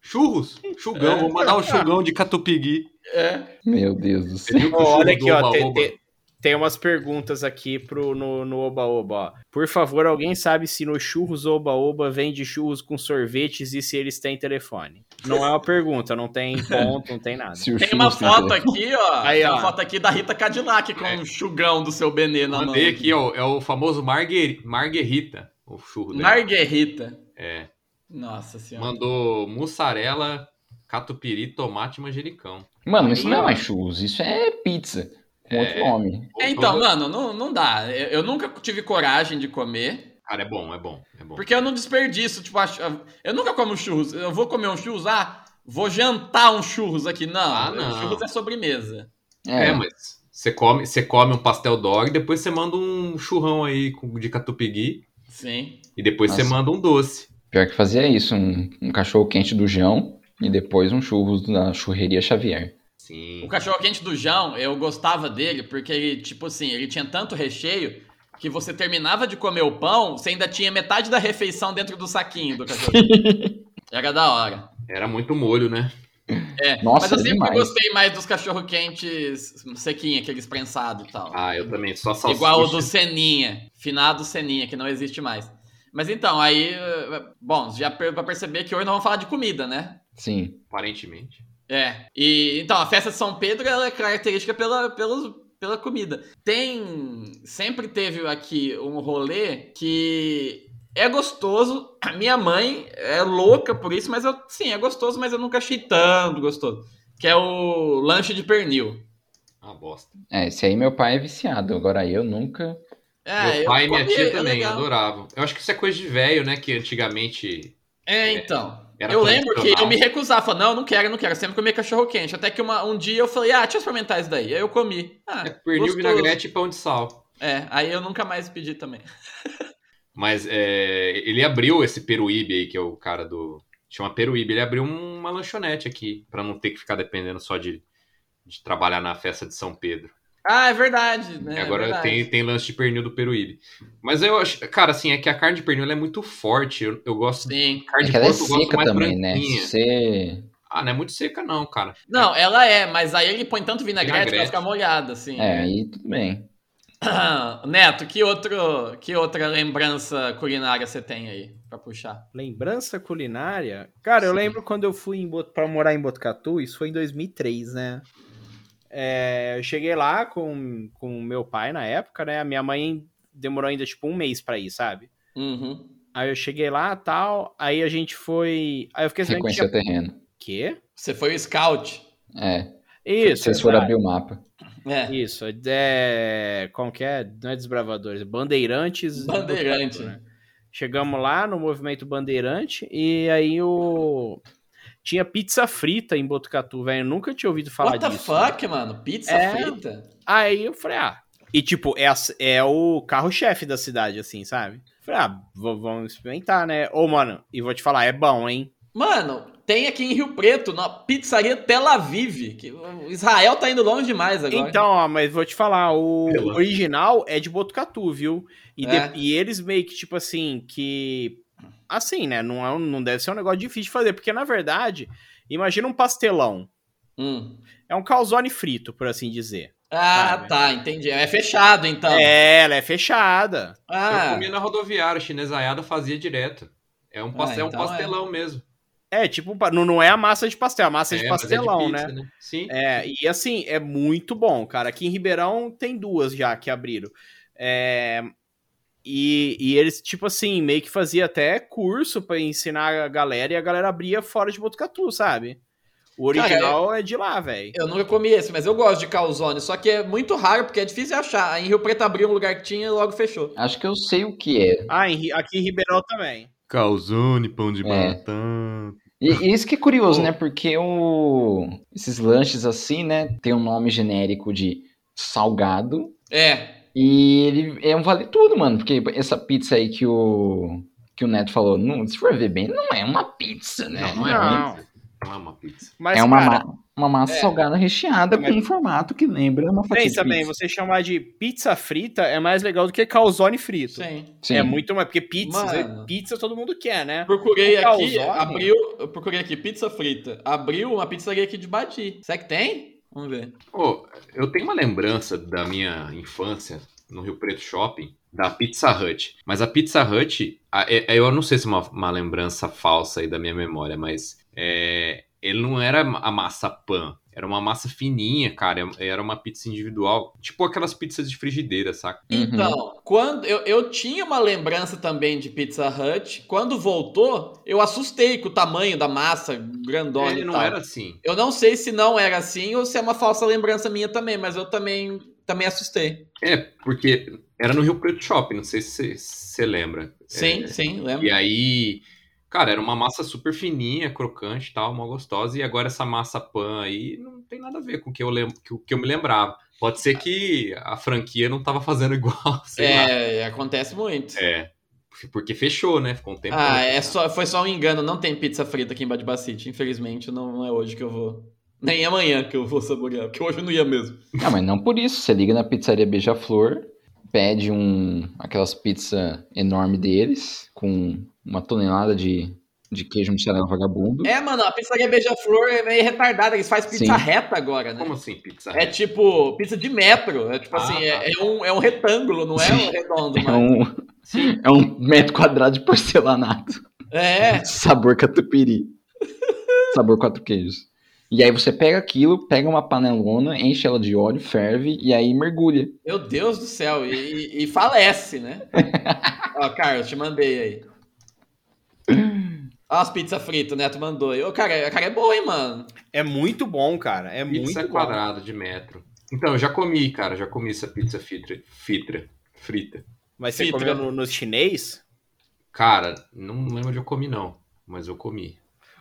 Speaker 5: Churros? Chugão, vou mandar um chugão de catupiry.
Speaker 1: É.
Speaker 2: Meu Deus do
Speaker 5: Você
Speaker 2: céu.
Speaker 5: viu que o churro
Speaker 3: Olha aqui,
Speaker 5: do
Speaker 3: ó. Tem,
Speaker 5: Oba-Oba-
Speaker 3: tem, tem umas perguntas aqui pro, no, no Oba Oba, ó. Por favor, alguém sabe se no churros Oba Oba vende churros com sorvetes e se eles têm telefone? Não é uma pergunta, não tem ponto, não tem nada.
Speaker 2: Se o
Speaker 1: Tem
Speaker 2: churro
Speaker 1: uma
Speaker 2: se
Speaker 1: foto
Speaker 2: der.
Speaker 1: aqui, ó.
Speaker 3: Aí,
Speaker 1: tem uma
Speaker 3: ó.
Speaker 1: foto aqui da Rita Cadillac com
Speaker 5: É.
Speaker 1: um chugão do seu Benê na mão.
Speaker 5: Mandei aqui, ó. É o famoso Marguer... Marguerita, o churro dele.
Speaker 1: Marguerita.
Speaker 5: É.
Speaker 1: Nossa senhora.
Speaker 5: Mandou mussarela, catupiry, tomate e manjericão.
Speaker 2: Mano, isso não é mais churros, isso é pizza. Com outro
Speaker 5: É.
Speaker 2: nome.
Speaker 1: É, então, mano, não, não dá. Eu, eu nunca tive coragem de comer.
Speaker 5: Cara, é bom, é bom, é bom.
Speaker 1: Porque eu não desperdiço, tipo, acho- eu nunca como churros. Eu vou comer um churros, ah, vou jantar um churros aqui. Não,
Speaker 5: Ah, não.
Speaker 1: churros é sobremesa.
Speaker 5: É, mas você come, você come um pastel dog, depois você manda um churrão aí com- de catupiry
Speaker 1: Sim.
Speaker 5: e depois você
Speaker 2: Nossa.
Speaker 5: manda um doce.
Speaker 2: Pior que fazia isso, um, um cachorro quente do Jão e depois um churros na churreria Xavier.
Speaker 5: Sim.
Speaker 1: O cachorro-quente do João, eu gostava dele porque ele, tipo assim, ele tinha tanto recheio que você terminava de comer o pão, você ainda tinha metade da refeição dentro do saquinho do cachorro Era da hora.
Speaker 5: Era muito molho, né?
Speaker 1: É,
Speaker 2: Nossa,
Speaker 1: mas eu
Speaker 2: é
Speaker 1: sempre
Speaker 2: demais.
Speaker 1: gostei mais dos cachorro-quentes sequinhos, aqueles prensados e tal.
Speaker 5: Ah, eu também, só salsicha.
Speaker 1: Igual o do Seninha, finado Seninha, que não existe mais. Mas então, aí, eh, bom, já per- pra perceber que hoje nós vamos falar de comida, né?
Speaker 2: Sim.
Speaker 5: Aparentemente.
Speaker 1: É. E então, a festa de São Pedro ela é característica pela, pelos, pela comida. Tem. Sempre teve aqui um rolê que é gostoso. A minha mãe é louca por isso, mas eu. Sim, é gostoso, mas eu nunca achei tanto gostoso. Que é o lanche de pernil.
Speaker 5: Uma Ah, bosta.
Speaker 2: É, esse aí meu pai é viciado, agora eu nunca.
Speaker 1: É,
Speaker 5: Meu pai e minha
Speaker 1: comia,
Speaker 5: tia
Speaker 1: é
Speaker 5: também
Speaker 1: legal.
Speaker 5: adoravam. Eu acho que isso é coisa de velho, né? Que antigamente
Speaker 1: É, então.
Speaker 5: Era
Speaker 1: eu lembro que eu
Speaker 5: tradicional.
Speaker 1: me recusava, falava, não, não quero, não quero. Sempre comia cachorro quente. Até que uma- um dia eu falei, ah, deixa eu experimentar isso daí. Aí eu comi. Ah,
Speaker 5: É pernil,
Speaker 1: gostoso.
Speaker 5: vinagrete e pão de sal.
Speaker 1: É, aí eu nunca mais pedi também.
Speaker 5: Mas é, ele abriu esse Peruíbe aí, que é o cara do. Chama Peruíbe. Ele abriu um, uma lanchonete aqui, pra não ter que ficar dependendo só de, de trabalhar na festa de São Pedro.
Speaker 1: Ah, é verdade. Né?
Speaker 5: E agora
Speaker 1: é verdade.
Speaker 5: tem, tem lanche de pernil do Peruíbe. Mas eu acho. Cara, assim, é que a carne de pernil ela é muito forte. Eu, eu gosto de
Speaker 1: Sim.
Speaker 5: carne
Speaker 2: É
Speaker 5: de
Speaker 2: que ela é
Speaker 5: porco, eu gosto
Speaker 2: seca
Speaker 5: mais
Speaker 2: também, né?
Speaker 5: branquinha.
Speaker 2: Se Você.
Speaker 5: Ah, não é muito seca, não, cara.
Speaker 1: Não, ela é, mas aí ele põe tanto vinagrete, que ela
Speaker 5: Vinagrete.
Speaker 1: fica molhada, assim.
Speaker 2: É, aí tudo bem.
Speaker 1: Neto, que, outro, que outra lembrança culinária você tem aí pra puxar?
Speaker 3: Lembrança culinária? Cara, eu
Speaker 5: Sim.
Speaker 3: lembro quando eu fui em Bot- pra morar em Botucatu, isso foi em 2003, né? É, eu cheguei lá com com o meu pai na época, né? A minha mãe demorou ainda tipo um mês pra ir, sabe?
Speaker 1: Uhum.
Speaker 3: Aí eu cheguei lá tal, aí a gente foi. Aí eu fiquei sabendo que
Speaker 2: Reconhecer
Speaker 3: tinha.
Speaker 2: o terreno.
Speaker 3: Quê?
Speaker 1: Você foi o scout.
Speaker 2: É.
Speaker 3: Isso.
Speaker 2: Vocês foram
Speaker 3: verdade.
Speaker 2: abrir o mapa.
Speaker 1: É.
Speaker 3: Isso, é. Como que é? Não é desbravadores, é bandeirantes.
Speaker 1: Bandeirante.
Speaker 3: né? Chegamos lá no movimento Bandeirante e aí o. Tinha pizza frita em Botucatu, velho. Eu nunca tinha ouvido falar
Speaker 1: What the
Speaker 3: disso.
Speaker 1: fuck, mano? Pizza
Speaker 3: É.
Speaker 1: frita?
Speaker 3: Aí eu falei, ah. E tipo, é, a- é o carro-chefe da cidade, assim, sabe? Falei, ah, v- vamos experimentar, né? Ô, mano, e vou te falar, é bom, hein?
Speaker 1: Mano, tem aqui em Rio Preto, na pizzaria Tel Aviv. Que o Israel tá indo longe demais agora.
Speaker 3: Então, ó, mas vou te falar, o
Speaker 5: Pela-
Speaker 3: original é de Botucatu, viu? E, de-
Speaker 1: É.
Speaker 3: e eles meio que, tipo assim, que. Assim, né? Não, é um- não deve ser um negócio difícil de fazer, porque na verdade, imagina um pastelão.
Speaker 1: Hum.
Speaker 3: É um calzone frito, por assim dizer.
Speaker 1: Ah,
Speaker 3: Sabe?
Speaker 1: tá, entendi. É fechado, então.
Speaker 3: É, ela é fechada.
Speaker 5: Eu
Speaker 1: Ah,
Speaker 5: comia na rodoviária, chinesaiada fazia direto. É um, pas-
Speaker 1: Ah,
Speaker 5: é um
Speaker 1: então é.
Speaker 5: pastelão mesmo.
Speaker 3: É, tipo, um pa- não, não é a massa de pastel, é a massa
Speaker 5: É,
Speaker 3: de
Speaker 5: mas é de
Speaker 3: pastelão, né?
Speaker 5: pizza, Sim.
Speaker 3: É, e assim, é muito bom, cara. Aqui em Ribeirão tem duas já que abriram. É, e, e eles, tipo assim, meio que fazia até curso pra ensinar a galera e a galera abria fora de Botucatu, sabe? O
Speaker 1: Cara,
Speaker 3: original é de lá, velho.
Speaker 1: eu nunca comi esse, mas eu gosto de calzone. Só que é muito raro, porque é difícil de achar. Aí Em Rio Preto abriu um lugar que tinha e logo fechou.
Speaker 2: Acho que eu sei o que é.
Speaker 3: Ah, em Ri- aqui em Ribeirão também.
Speaker 4: Calzone, pão de
Speaker 2: É.
Speaker 4: batata.
Speaker 2: E, e isso que é curioso,
Speaker 5: Pô.
Speaker 2: né? Porque o... esses lanches assim, né? Tem um nome genérico de salgado.
Speaker 1: É.
Speaker 2: E ele é um vale tudo, mano. Porque essa pizza aí que o, que o Neto falou, não, se for ver bem, não é uma pizza, né?
Speaker 5: Não, não é
Speaker 3: Não.
Speaker 5: pizza. Não é uma pizza.
Speaker 3: Mas,
Speaker 2: é uma,
Speaker 3: cara,
Speaker 2: ma- uma massa salgada recheada
Speaker 3: Mas-
Speaker 2: com um formato que lembra uma fatia
Speaker 3: pensa
Speaker 2: de
Speaker 3: bem,
Speaker 2: pizza.
Speaker 3: você chamar de pizza frita é mais legal do que calzone frito.
Speaker 1: Sim.
Speaker 2: Sim.
Speaker 3: É muito mais, porque pizza,
Speaker 1: Mano.
Speaker 3: pizza todo mundo quer, né?
Speaker 1: Procurei
Speaker 3: Um
Speaker 1: aqui,
Speaker 3: calzone?
Speaker 1: abriu. Eu procurei aqui, pizza frita. Abriu uma pizzaria aqui de Bati. Será que tem? Vamos ver.
Speaker 5: Pô, eu tenho uma lembrança da minha infância no Rio Preto Shopping da Pizza Hut. Mas a Pizza Hut, a- é- é- eu não sei se é uma, uma lembrança falsa aí da minha memória, mas é, ele não era a massa pan. Era uma massa fininha, cara. Era uma pizza individual. Tipo aquelas pizzas de frigideira, saca?
Speaker 2: Uhum.
Speaker 1: Então, quando eu, eu tinha uma lembrança também de Pizza Hut, quando voltou, eu assustei com o tamanho da massa grandona
Speaker 5: Ele
Speaker 1: e
Speaker 5: não
Speaker 1: tal.
Speaker 5: era assim.
Speaker 1: Eu não sei se não era assim ou se é uma falsa lembrança minha também, mas eu também, também assustei.
Speaker 5: É, porque era no Rio Preto Shopping, não sei se você lembra.
Speaker 1: Sim,
Speaker 5: É,
Speaker 1: sim, lembro.
Speaker 5: E aí, cara, era uma massa super fininha, crocante e tal, uma gostosa. E agora essa massa pan aí não tem nada a ver com o que eu, lembro, que, o que eu me lembrava. Pode ser que a franquia não tava fazendo igual, sei lá.
Speaker 1: É, acontece muito.
Speaker 5: É, porque fechou, né? Ficou um tempo.
Speaker 1: Ah, é só, foi só um engano, não tem pizza frita aqui em Bad City. Infelizmente, não, não é hoje que eu vou. Nem amanhã que eu vou saborear, porque hoje eu não ia mesmo.
Speaker 2: Não, mas não por isso. Você liga na pizzaria Beija-Flor, pede um aquelas pizza enorme deles, com uma tonelada de, de queijo mussarela vagabundo.
Speaker 1: É, mano, a pizzaria Beija-Flor é meio retardada, eles fazem pizza
Speaker 2: Sim.
Speaker 1: reta agora, né?
Speaker 5: Como assim, pizza?
Speaker 1: É tipo pizza de metro. É tipo
Speaker 5: Ah,
Speaker 1: assim,
Speaker 5: tá.
Speaker 1: é, é um, é um retângulo, não é um redondo,
Speaker 2: É
Speaker 1: mano.
Speaker 2: um, é um metro quadrado de porcelanato.
Speaker 1: É,
Speaker 2: Sabor catupiry. Sabor quatro queijos. E aí você pega aquilo, pega uma panelona, enche ela de óleo, ferve e aí mergulha.
Speaker 1: meu Deus do céu. E, e- e falece, né? Ó, Carlos, te mandei aí. Ó, as pizzas fritas, o Neto mandou aí. Ô, cara, a cara é boa, hein, mano?
Speaker 3: É muito bom, cara. É
Speaker 5: Pizza
Speaker 3: muito bom.
Speaker 5: quadrada de metro. Então, eu já comi, cara, já comi essa pizza fitra, fitra, frita.
Speaker 3: Mas você
Speaker 1: Fita.
Speaker 3: comeu no, no chinês?
Speaker 5: Cara, não lembro onde eu comi, não, mas eu comi.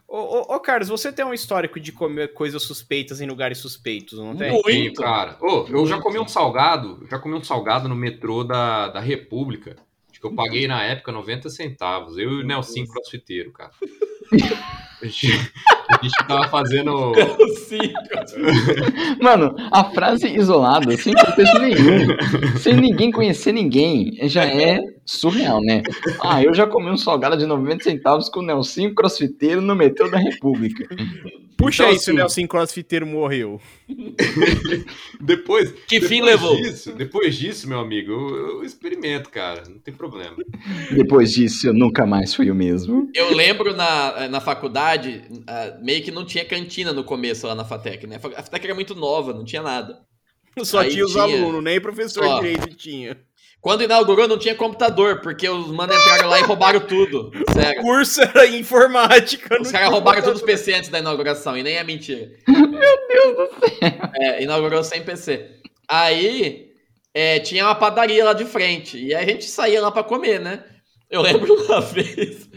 Speaker 3: Ô, ô, ô, Carlos, você tem um histórico de comer coisas suspeitas em lugares suspeitos, não tem?
Speaker 1: Muito.
Speaker 5: Sim, cara. Ô, eu já comi um salgado, já comi um salgado no metrô da, da República. Acho que eu paguei na época 90 centavos. Eu e o Nelson crossfiteiro, cara. A gente, a gente tava fazendo.
Speaker 1: Sim,
Speaker 2: Mano, a frase isolada, sem contexto nenhum, sem ninguém conhecer ninguém, já é surreal, né? Ah, eu já comi um salgado de 90 centavos com o Nelsinho crossfiteiro no metrô da República.
Speaker 3: Puxa
Speaker 5: Então,
Speaker 3: aí se o
Speaker 5: assim-
Speaker 3: Nelson Crossfiteiro morreu.
Speaker 5: Depois.
Speaker 1: Que fim
Speaker 5: depois
Speaker 1: levou?
Speaker 5: Disso, depois disso, meu amigo, eu, eu experimento, cara. Não tem problema.
Speaker 2: Depois disso, eu nunca mais fui o mesmo.
Speaker 1: Eu lembro na, na faculdade, ah, meio que não tinha cantina no começo lá na FATEC, né? A FATEC era muito nova, não tinha nada.
Speaker 3: Só
Speaker 1: Aí
Speaker 3: tinha os
Speaker 1: tinha.
Speaker 3: alunos, nem professor
Speaker 1: Ó.
Speaker 3: direito tinha.
Speaker 1: Quando inaugurou, não tinha computador, porque os manos entraram lá e roubaram tudo. Sério.
Speaker 3: Curso era informática.
Speaker 1: Os
Speaker 3: não
Speaker 1: caras
Speaker 3: tinha
Speaker 1: roubaram
Speaker 3: computador.
Speaker 1: todos os PC antes da inauguração, e nem é mentira. Meu Deus do céu! É, inaugurou sem PC. Aí, é, tinha uma padaria lá de frente, e a gente saía lá pra comer, né? Eu lembro uma vez,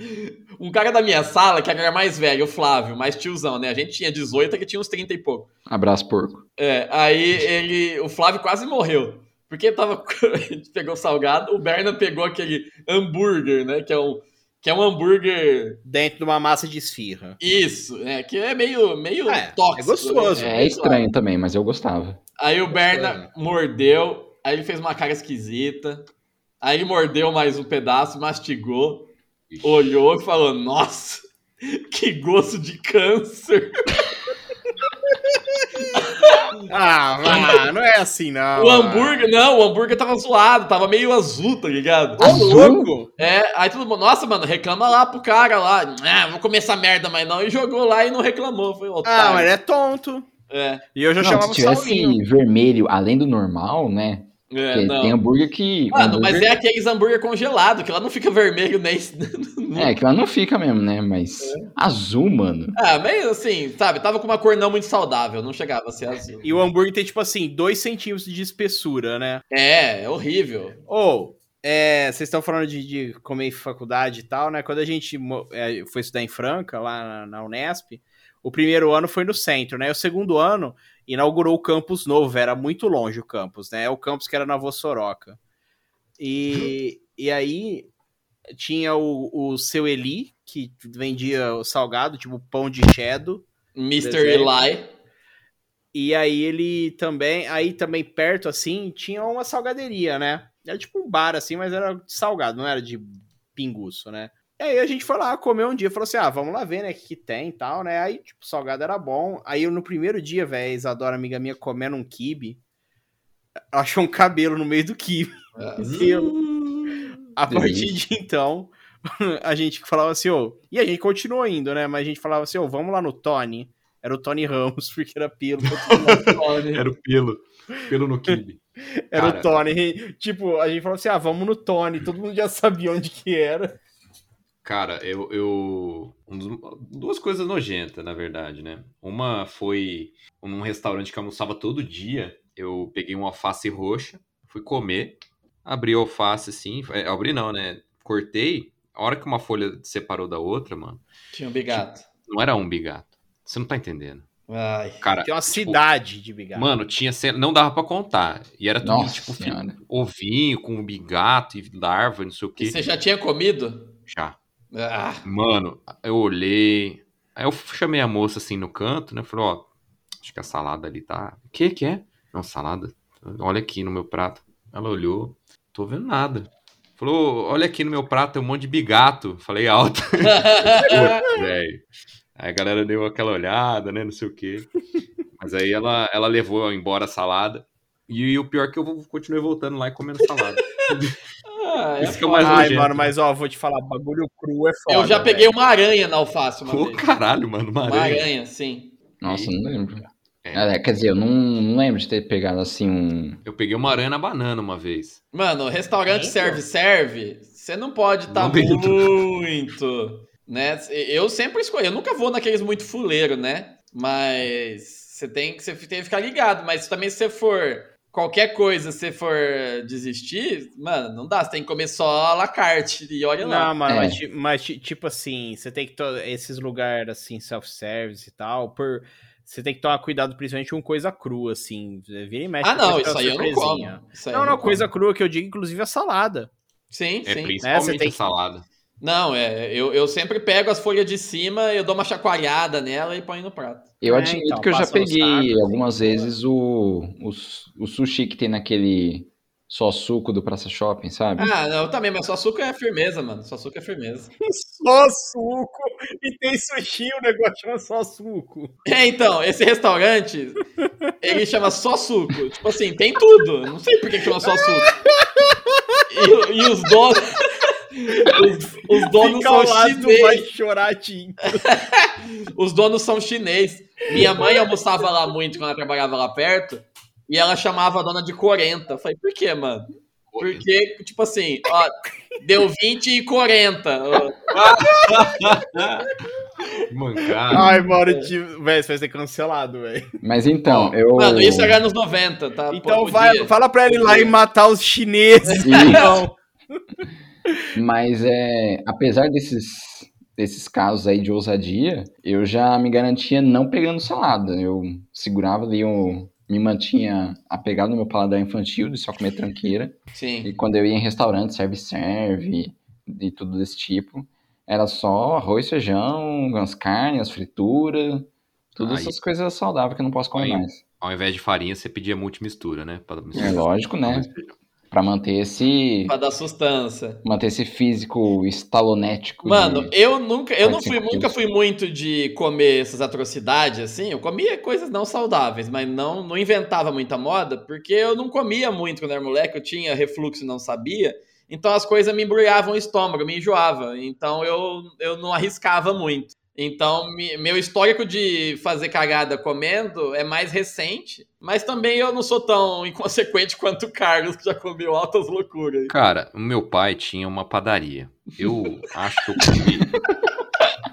Speaker 1: um cara da minha sala, que era mais velho, o Flávio, mais tiozão, né? A gente tinha 18, ele tinha uns 30 e pouco.
Speaker 2: Abraço, porco.
Speaker 1: É, aí ele. O Flávio quase morreu. Porque ele tava. a gente pegou salgado, o Berna pegou aquele hambúrguer, né? Que é um, que é um hambúrguer.
Speaker 3: Dentro de uma massa de esfirra.
Speaker 1: Isso, né? Que é meio, meio
Speaker 3: Ah, é,
Speaker 1: tóxico.
Speaker 3: é gostoso.
Speaker 1: né?
Speaker 2: É estranho também, mas eu gostava.
Speaker 1: Aí o Berna mordeu, aí ele fez uma cara esquisita. Aí ele mordeu mais um pedaço, mastigou, olhou e falou: Nossa, que gosto de câncer.
Speaker 3: Ah, vá, não é assim não.
Speaker 1: o
Speaker 3: ah.
Speaker 1: hambúrguer, não, o hambúrguer tava zoado, tava meio azul, tá ligado?
Speaker 3: Ô, louco!
Speaker 1: É, aí todo mundo, nossa, mano, reclama lá pro cara lá. Ah, vou comer essa merda, mas não. E jogou lá e não reclamou. Foi um
Speaker 3: Ah, mas
Speaker 1: otário.
Speaker 3: é tonto.
Speaker 1: É,
Speaker 3: E eu já
Speaker 2: Não,
Speaker 3: chamava
Speaker 2: se
Speaker 3: o
Speaker 2: tivesse assim-
Speaker 3: Saulinho.
Speaker 2: vermelho além do normal, né?
Speaker 1: é,
Speaker 2: Porque tem
Speaker 1: não.
Speaker 2: hambúrguer que.
Speaker 1: Mano, mas
Speaker 2: hambúrguer-
Speaker 1: é aqueles hambúrguer congelado, que lá não fica vermelho nem.
Speaker 2: É, que lá não fica mesmo, né? Mas
Speaker 1: É.
Speaker 2: azul, mano.
Speaker 1: ah, mas assim, sabe, tava com uma cor não muito saudável, não chegava a ser azul.
Speaker 3: E o hambúrguer tem, tipo assim, dois centímetros de espessura, né?
Speaker 1: É, é horrível.
Speaker 3: Ou, é, vocês estão falando de, de comer em faculdade e tal, né? Quando a gente mo- é, foi estudar em Franca, lá na, na Unesp, o primeiro ano foi no centro, né? O segundo ano inaugurou o campus novo, era muito longe o campus, né? É o campus que era na Vossoroca. E, e aí tinha o, o seu Eli, que vendia o salgado, tipo pão de cheddar.
Speaker 1: Mr.
Speaker 3: Desenho.
Speaker 1: Eli.
Speaker 3: E aí ele também, aí também perto assim, tinha uma salgaderia, né? Era tipo um bar assim, mas era de salgado, não era de pinguço, né? E aí a gente foi lá comer um dia, falou assim: "Ah, vamos lá ver, né, o que, que tem e tal", né? Aí tipo, o salgado era bom. Aí eu, no primeiro dia, velho, Isadora, amiga minha, comendo um kibe, achou um cabelo no meio do kibe. Eu- a partir de então, a gente falava assim, ô, e a gente continuou indo, né? Mas a gente falava assim, ô, vamos lá no Tony. Era o Tony Ramos, porque era pelo.
Speaker 5: Era o pelo. Pelo no kibe.
Speaker 3: Era
Speaker 5: Cara.
Speaker 3: o Tony. Tipo, a gente falou assim: ah, vamos no Tony. Todo mundo já sabia onde que era.
Speaker 5: Cara, eu. eu um dos- duas coisas nojentas, na verdade, né? Uma foi num restaurante que eu almoçava todo dia. Eu peguei uma alface roxa, fui comer, abri a alface assim. é, Abri não, né? Cortei. A hora que uma folha separou da outra, mano,
Speaker 1: Tinha um bigato.
Speaker 5: não era um bigato. Você não tá entendendo.
Speaker 1: Ai.
Speaker 5: Cara,
Speaker 3: Tem uma cidade de bigato.
Speaker 5: mano, tinha. cena- Não dava pra contar. E era tudo,
Speaker 2: Nossa
Speaker 5: tipo, fi-
Speaker 2: senhora.
Speaker 5: ovinho com um bigato e larva, e não sei o
Speaker 1: E
Speaker 5: que.
Speaker 1: você já tinha comido?
Speaker 5: Já.
Speaker 1: Ah,
Speaker 5: Mano, eu olhei. Aí eu chamei a moça assim no canto, né? Falei, ó, acho que a salada ali tá. O que que é? Não, salada. Olha aqui no meu prato. Ela olhou, tô vendo nada. Falou, olha aqui no meu prato, tem um monte de bigato. Falei alto, velho. Aí a galera deu aquela olhada, né? Não sei o quê. Mas aí ela, ela levou embora a salada. E, o pior é que eu vou- continuei voltando lá e comendo salada.
Speaker 1: Ah, é
Speaker 5: Isso que é o mais
Speaker 3: Ai,
Speaker 5: nojento.
Speaker 3: mano, mas ó, vou te falar: bagulho cru é foda.
Speaker 1: Eu já peguei uma aranha na alface uma
Speaker 5: Pô,
Speaker 1: vez.
Speaker 5: caralho, mano, uma
Speaker 1: Uma
Speaker 5: aranha.
Speaker 1: aranha, sim.
Speaker 2: Nossa, não lembro.
Speaker 5: É.
Speaker 2: Ah, Quer dizer, eu não, não lembro de ter pegado assim um.
Speaker 5: Eu peguei uma aranha na banana uma vez.
Speaker 1: Mano, restaurante serve-serve, você não pode estar
Speaker 5: Muito.
Speaker 1: muito, né? Eu sempre escolho, eu nunca vou naqueles muito fuleiro, né? Mas você tem que, você tem que ficar ligado, mas também se você for qualquer coisa você for desistir, mano, não dá. Você tem que comer só a la carte e olha um lá.
Speaker 3: Não, mano,
Speaker 2: É.
Speaker 3: mas, ti- mas ti- tipo assim, você tem que to- esses lugares assim, self-service e tal, por você tem que tomar cuidado principalmente com coisa crua, assim, vira e mexe.
Speaker 1: Ah, não,
Speaker 3: depois tem
Speaker 1: isso
Speaker 3: uma
Speaker 1: aí eu não
Speaker 3: surpresinha.
Speaker 1: como. Isso aí
Speaker 3: Não,
Speaker 1: eu
Speaker 3: não,
Speaker 1: como.
Speaker 3: coisa crua que eu digo, inclusive a salada.
Speaker 1: Sim,
Speaker 5: É
Speaker 1: sim.
Speaker 3: Né, você
Speaker 5: principalmente
Speaker 3: tem
Speaker 5: a
Speaker 3: que-
Speaker 5: salada.
Speaker 1: Não, é. Eu, eu sempre pego as folhas de cima, eu dou uma chacoalhada nela e ponho no prato.
Speaker 2: Eu
Speaker 3: É,
Speaker 2: admito
Speaker 3: então,
Speaker 2: que eu já
Speaker 3: passa no
Speaker 2: peguei
Speaker 3: saco,
Speaker 2: algumas
Speaker 1: né?
Speaker 3: assim,
Speaker 2: vezes o, o, su- o sushi que tem naquele só suco do Praça Shopping, sabe?
Speaker 1: Ah, não, eu também, mas só açúcar é firmeza, mano. Só açúcar é firmeza.
Speaker 3: Só suco! E tem sushi, o negócio chama só suco.
Speaker 1: É, então, esse restaurante, ele chama só suco. Tipo assim, tem tudo. Não sei por que que chama só suco. E, o- e os donos. Os, os donos
Speaker 3: Fica ao
Speaker 1: são
Speaker 3: lado, vai
Speaker 1: chinês.
Speaker 3: chorar, Tim.
Speaker 1: Os donos são chinês. Minha mãe almoçava lá muito quando ela trabalhava lá perto. E ela chamava a dona de 40. Eu falei, por quê, mano? Porque, tipo assim, ó, deu 20 e 40. ó.
Speaker 2: Ah.
Speaker 5: Mancada.
Speaker 3: Ai,
Speaker 1: É.
Speaker 3: mano, Tim, velho, você vai ser cancelado, velho.
Speaker 2: Mas então, eu.
Speaker 1: Mano, isso era anos 90, tá?
Speaker 3: Então
Speaker 1: Pô,
Speaker 3: vai,
Speaker 1: podia.
Speaker 3: fala pra ele ir lá e matar os chineses.
Speaker 2: E-
Speaker 3: Não.
Speaker 2: Mas é, apesar desses, desses casos aí de ousadia, eu já me garantia não pegando salada. Eu segurava ali, eu me mantinha apegado no meu paladar infantil de só comer tranqueira.
Speaker 1: Sim.
Speaker 2: E quando eu ia em restaurante, serve-serve e tudo desse tipo, era só arroz, feijão, umas carnes, as frituras, todas
Speaker 5: Aí.
Speaker 2: essas coisas saudáveis que eu não posso comer
Speaker 5: Aí.
Speaker 2: mais.
Speaker 5: Ao invés de farinha, você pedia multimistura, né? Pra
Speaker 2: É
Speaker 5: misturar.
Speaker 2: lógico, né? Pra manter esse,
Speaker 1: Pra dar sustância.
Speaker 2: manter esse físico estalonético. de-
Speaker 1: Mano, eu nunca, eu não fui,
Speaker 2: 45
Speaker 1: nunca
Speaker 2: quilos.
Speaker 1: fui muito de comer essas atrocidades, assim. Eu comia coisas não saudáveis, mas não, não inventava muita moda, porque eu não comia muito quando era moleque, eu tinha refluxo e não sabia. Então as coisas me embrulhavam o estômago, me enjoava. Então eu, eu não arriscava muito. Então, me- meu histórico de fazer cagada comendo é mais recente, mas também eu não sou tão inconsequente quanto o Carlos, que já comeu altas loucuras.
Speaker 5: Cara, o meu pai tinha uma padaria. Eu acho que eu comi.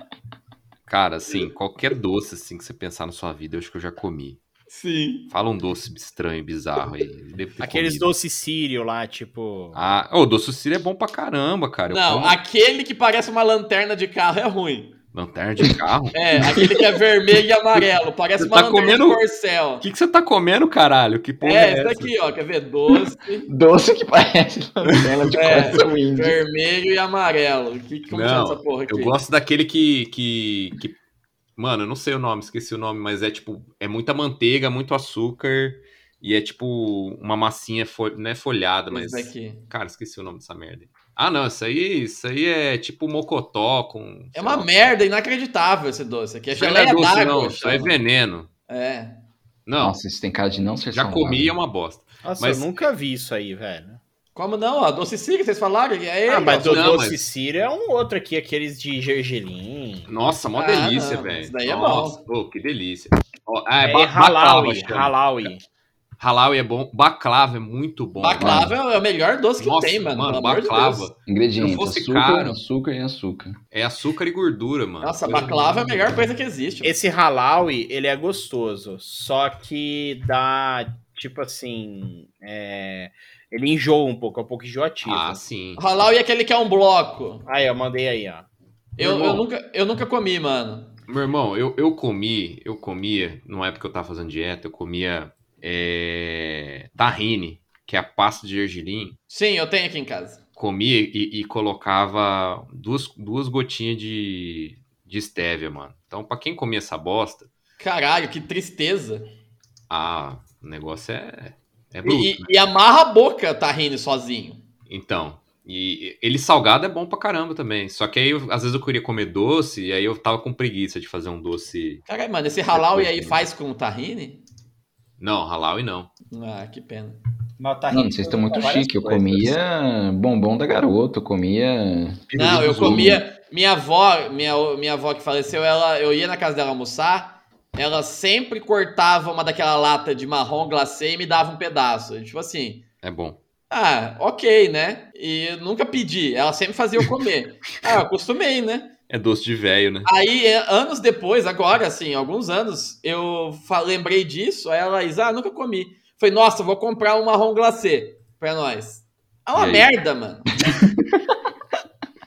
Speaker 5: Cara, assim, qualquer doce assim que você pensar na sua vida, eu acho que eu já comi.
Speaker 1: Sim.
Speaker 5: Fala um doce estranho, bizarro aí. Devo ter
Speaker 3: Aqueles
Speaker 5: comido.
Speaker 3: doces sírio lá, tipo.
Speaker 5: Ah, ô, o doce sírio é bom pra caramba, cara. Eu
Speaker 1: Não,
Speaker 5: como
Speaker 1: aquele que parece uma lanterna de carro é ruim.
Speaker 5: lanterna de carro.
Speaker 1: É, aquele que é vermelho e amarelo. Parece
Speaker 5: Você
Speaker 1: uma
Speaker 5: tá
Speaker 1: lanterna de
Speaker 5: comendo-
Speaker 1: corcel.
Speaker 5: O que, que você tá comendo, caralho? Que porra
Speaker 1: É,
Speaker 5: é,
Speaker 1: esse
Speaker 5: essa?
Speaker 1: daqui, ó. Quer ver? Doce,
Speaker 2: Doce que parece lanterna de
Speaker 1: É.
Speaker 2: coração índio.
Speaker 1: vermelho e amarelo. O que, como
Speaker 5: Não,
Speaker 1: chama essa porra aqui?
Speaker 5: Eu gosto daquele que, que, que- Mano, eu não sei o nome, esqueci o nome, mas é tipo. É muita manteiga, muito açúcar. E é tipo uma massinha, fo- não é folhada, mas.
Speaker 1: Esse daqui.
Speaker 5: Cara, esqueci o nome dessa merda. Ah, não, isso aí, isso aí é tipo mocotó com.
Speaker 1: É uma merda inacreditável esse doce aqui. É
Speaker 5: Isso aí não é
Speaker 1: geleia
Speaker 5: doce, não.
Speaker 1: d'água.
Speaker 5: Isso aí é
Speaker 1: chama.
Speaker 5: veneno.
Speaker 1: É.
Speaker 5: Não,
Speaker 2: Nossa, isso um tem cara de não ser
Speaker 5: já
Speaker 2: saudável.
Speaker 5: comi é uma bosta.
Speaker 3: Nossa,
Speaker 5: Mas-
Speaker 3: eu nunca vi isso aí, velho.
Speaker 1: Como não, ó? Doce Sig, vocês falaram? É ele,
Speaker 3: ah, mas
Speaker 1: ó.
Speaker 3: do
Speaker 5: não,
Speaker 3: doce
Speaker 5: mas-
Speaker 3: sírio é um outro aqui, aqueles de gergelim.
Speaker 5: Nossa, mó
Speaker 1: Ah,
Speaker 5: delícia,
Speaker 1: não,
Speaker 5: velho.
Speaker 1: isso daí é
Speaker 5: Nossa, pô, que delícia. Ó, ah, é,
Speaker 3: É,
Speaker 5: ba- baklava,
Speaker 3: halaui,
Speaker 5: chama.
Speaker 3: halaui.
Speaker 5: Halaui é bom. Baklava é muito bom.
Speaker 1: Baklava é o melhor doce que
Speaker 5: Nossa,
Speaker 1: tem, mano.
Speaker 5: mano,
Speaker 1: pelo amor de
Speaker 5: baklava.
Speaker 1: Deus.
Speaker 2: Ingredientes,
Speaker 5: Se não fosse
Speaker 2: açúcar,
Speaker 5: caro-
Speaker 2: açúcar e açúcar.
Speaker 5: É açúcar e gordura, mano.
Speaker 1: Nossa,
Speaker 5: Coisa
Speaker 1: baklava é a melhor coisa que existe. mano.
Speaker 3: Esse halaui, ele é gostoso, só que dá, tipo assim, é, ele enjoa um pouco, é um pouco enjoativo.
Speaker 5: Ah, sim.
Speaker 1: Halal e aquele que é um bloco.
Speaker 3: Aí, eu mandei aí, ó.
Speaker 1: Eu, eu
Speaker 5: Irmão.
Speaker 1: nunca, eu nunca comi, mano.
Speaker 5: Meu irmão, eu, eu comi, eu comia, numa época que eu tava fazendo dieta, eu comia é, tahine, que é a pasta de gergelim.
Speaker 1: Sim, eu tenho aqui em casa.
Speaker 5: Comia e, e colocava duas, duas gotinhas de, de estévia, mano. Então, pra quem comia essa bosta,
Speaker 1: Caralho, que tristeza.
Speaker 5: ah, o negócio é, é bruto.
Speaker 1: E, e- e amarra a boca, tá rindo sozinho.
Speaker 5: Então, e ele salgado é bom pra caramba também. Só que aí, eu- às vezes eu queria comer doce, e aí eu tava com preguiça de fazer um doce.
Speaker 1: Caralho, mano, esse halal e aí faz com o tahine?
Speaker 5: Não, halal e não.
Speaker 1: Ah, que pena.
Speaker 3: Não, tá
Speaker 2: Não,
Speaker 3: rindo,
Speaker 2: vocês estão muito
Speaker 3: várias
Speaker 2: chique. Eu
Speaker 3: coisas.
Speaker 2: comia bombom da garota, eu comia...
Speaker 1: Não, eu
Speaker 5: Pirulito
Speaker 1: comia. Minha avó, minha, minha avó que faleceu, ela, eu ia na casa dela almoçar, ela sempre cortava uma daquela lata de marrom glacê e me dava um pedaço. Tipo assim,
Speaker 5: É bom.
Speaker 1: ah, ok, né? E eu nunca pedi, ela sempre fazia eu comer. ah, eu acostumei, né?
Speaker 5: É doce de velho, né?
Speaker 1: Aí, é, anos depois, agora, assim, alguns anos, eu fa- lembrei disso. Aí ela, Isa, ah, nunca comi. Falei, nossa, vou comprar um marrom glacê pra nós. É
Speaker 5: E
Speaker 1: uma
Speaker 5: aí?
Speaker 1: merda, mano.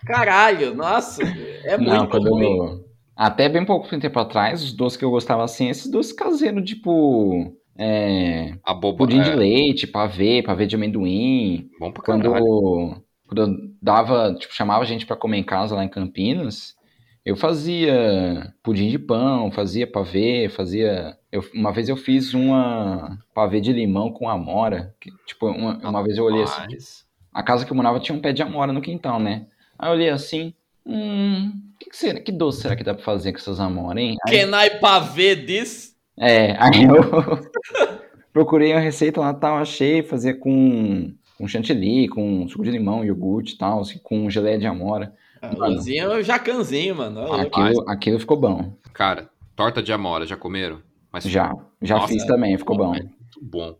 Speaker 1: Caralho, nossa. É
Speaker 2: não,
Speaker 1: muito
Speaker 2: quando eu-
Speaker 1: ruim.
Speaker 2: Até bem pouco tempo atrás, os doces que eu gostava assim, esses doces caseiros, tipo. é,
Speaker 5: A boba,
Speaker 2: pudim de
Speaker 5: é,
Speaker 2: leite, pavê, pavê de amendoim.
Speaker 5: Bom pra caralho.
Speaker 2: quando, quando eu dava, tipo, chamava a gente pra comer em casa lá em Campinas, eu fazia pudim de pão, fazia pavê, fazia. eu- uma vez eu fiz uma pavê de limão com amora. que, tipo, uma, uma vez eu olhei assim.
Speaker 5: Mas-
Speaker 2: A casa que eu morava tinha um pé de amora no quintal, né? Aí eu olhei assim. Hum, que, que será? Que doce será que dá pra fazer com essas amoras, hein? Aí-
Speaker 1: Can I pavê this?
Speaker 2: é, aí eu procurei a receita lá tal, achei, fazia com, com chantilly, com suco de limão, iogurte e tal, assim, com geleia de amora.
Speaker 1: Ah,
Speaker 2: Mano.
Speaker 1: Luzinho é o jacanzinho, mano. Olha lá.
Speaker 2: Aquilo, aquilo ficou bom.
Speaker 5: Cara, torta de amora, já comeram? Mas
Speaker 2: Já, já
Speaker 5: Nossa,
Speaker 2: fiz também, ficou bom.
Speaker 5: é muito bom.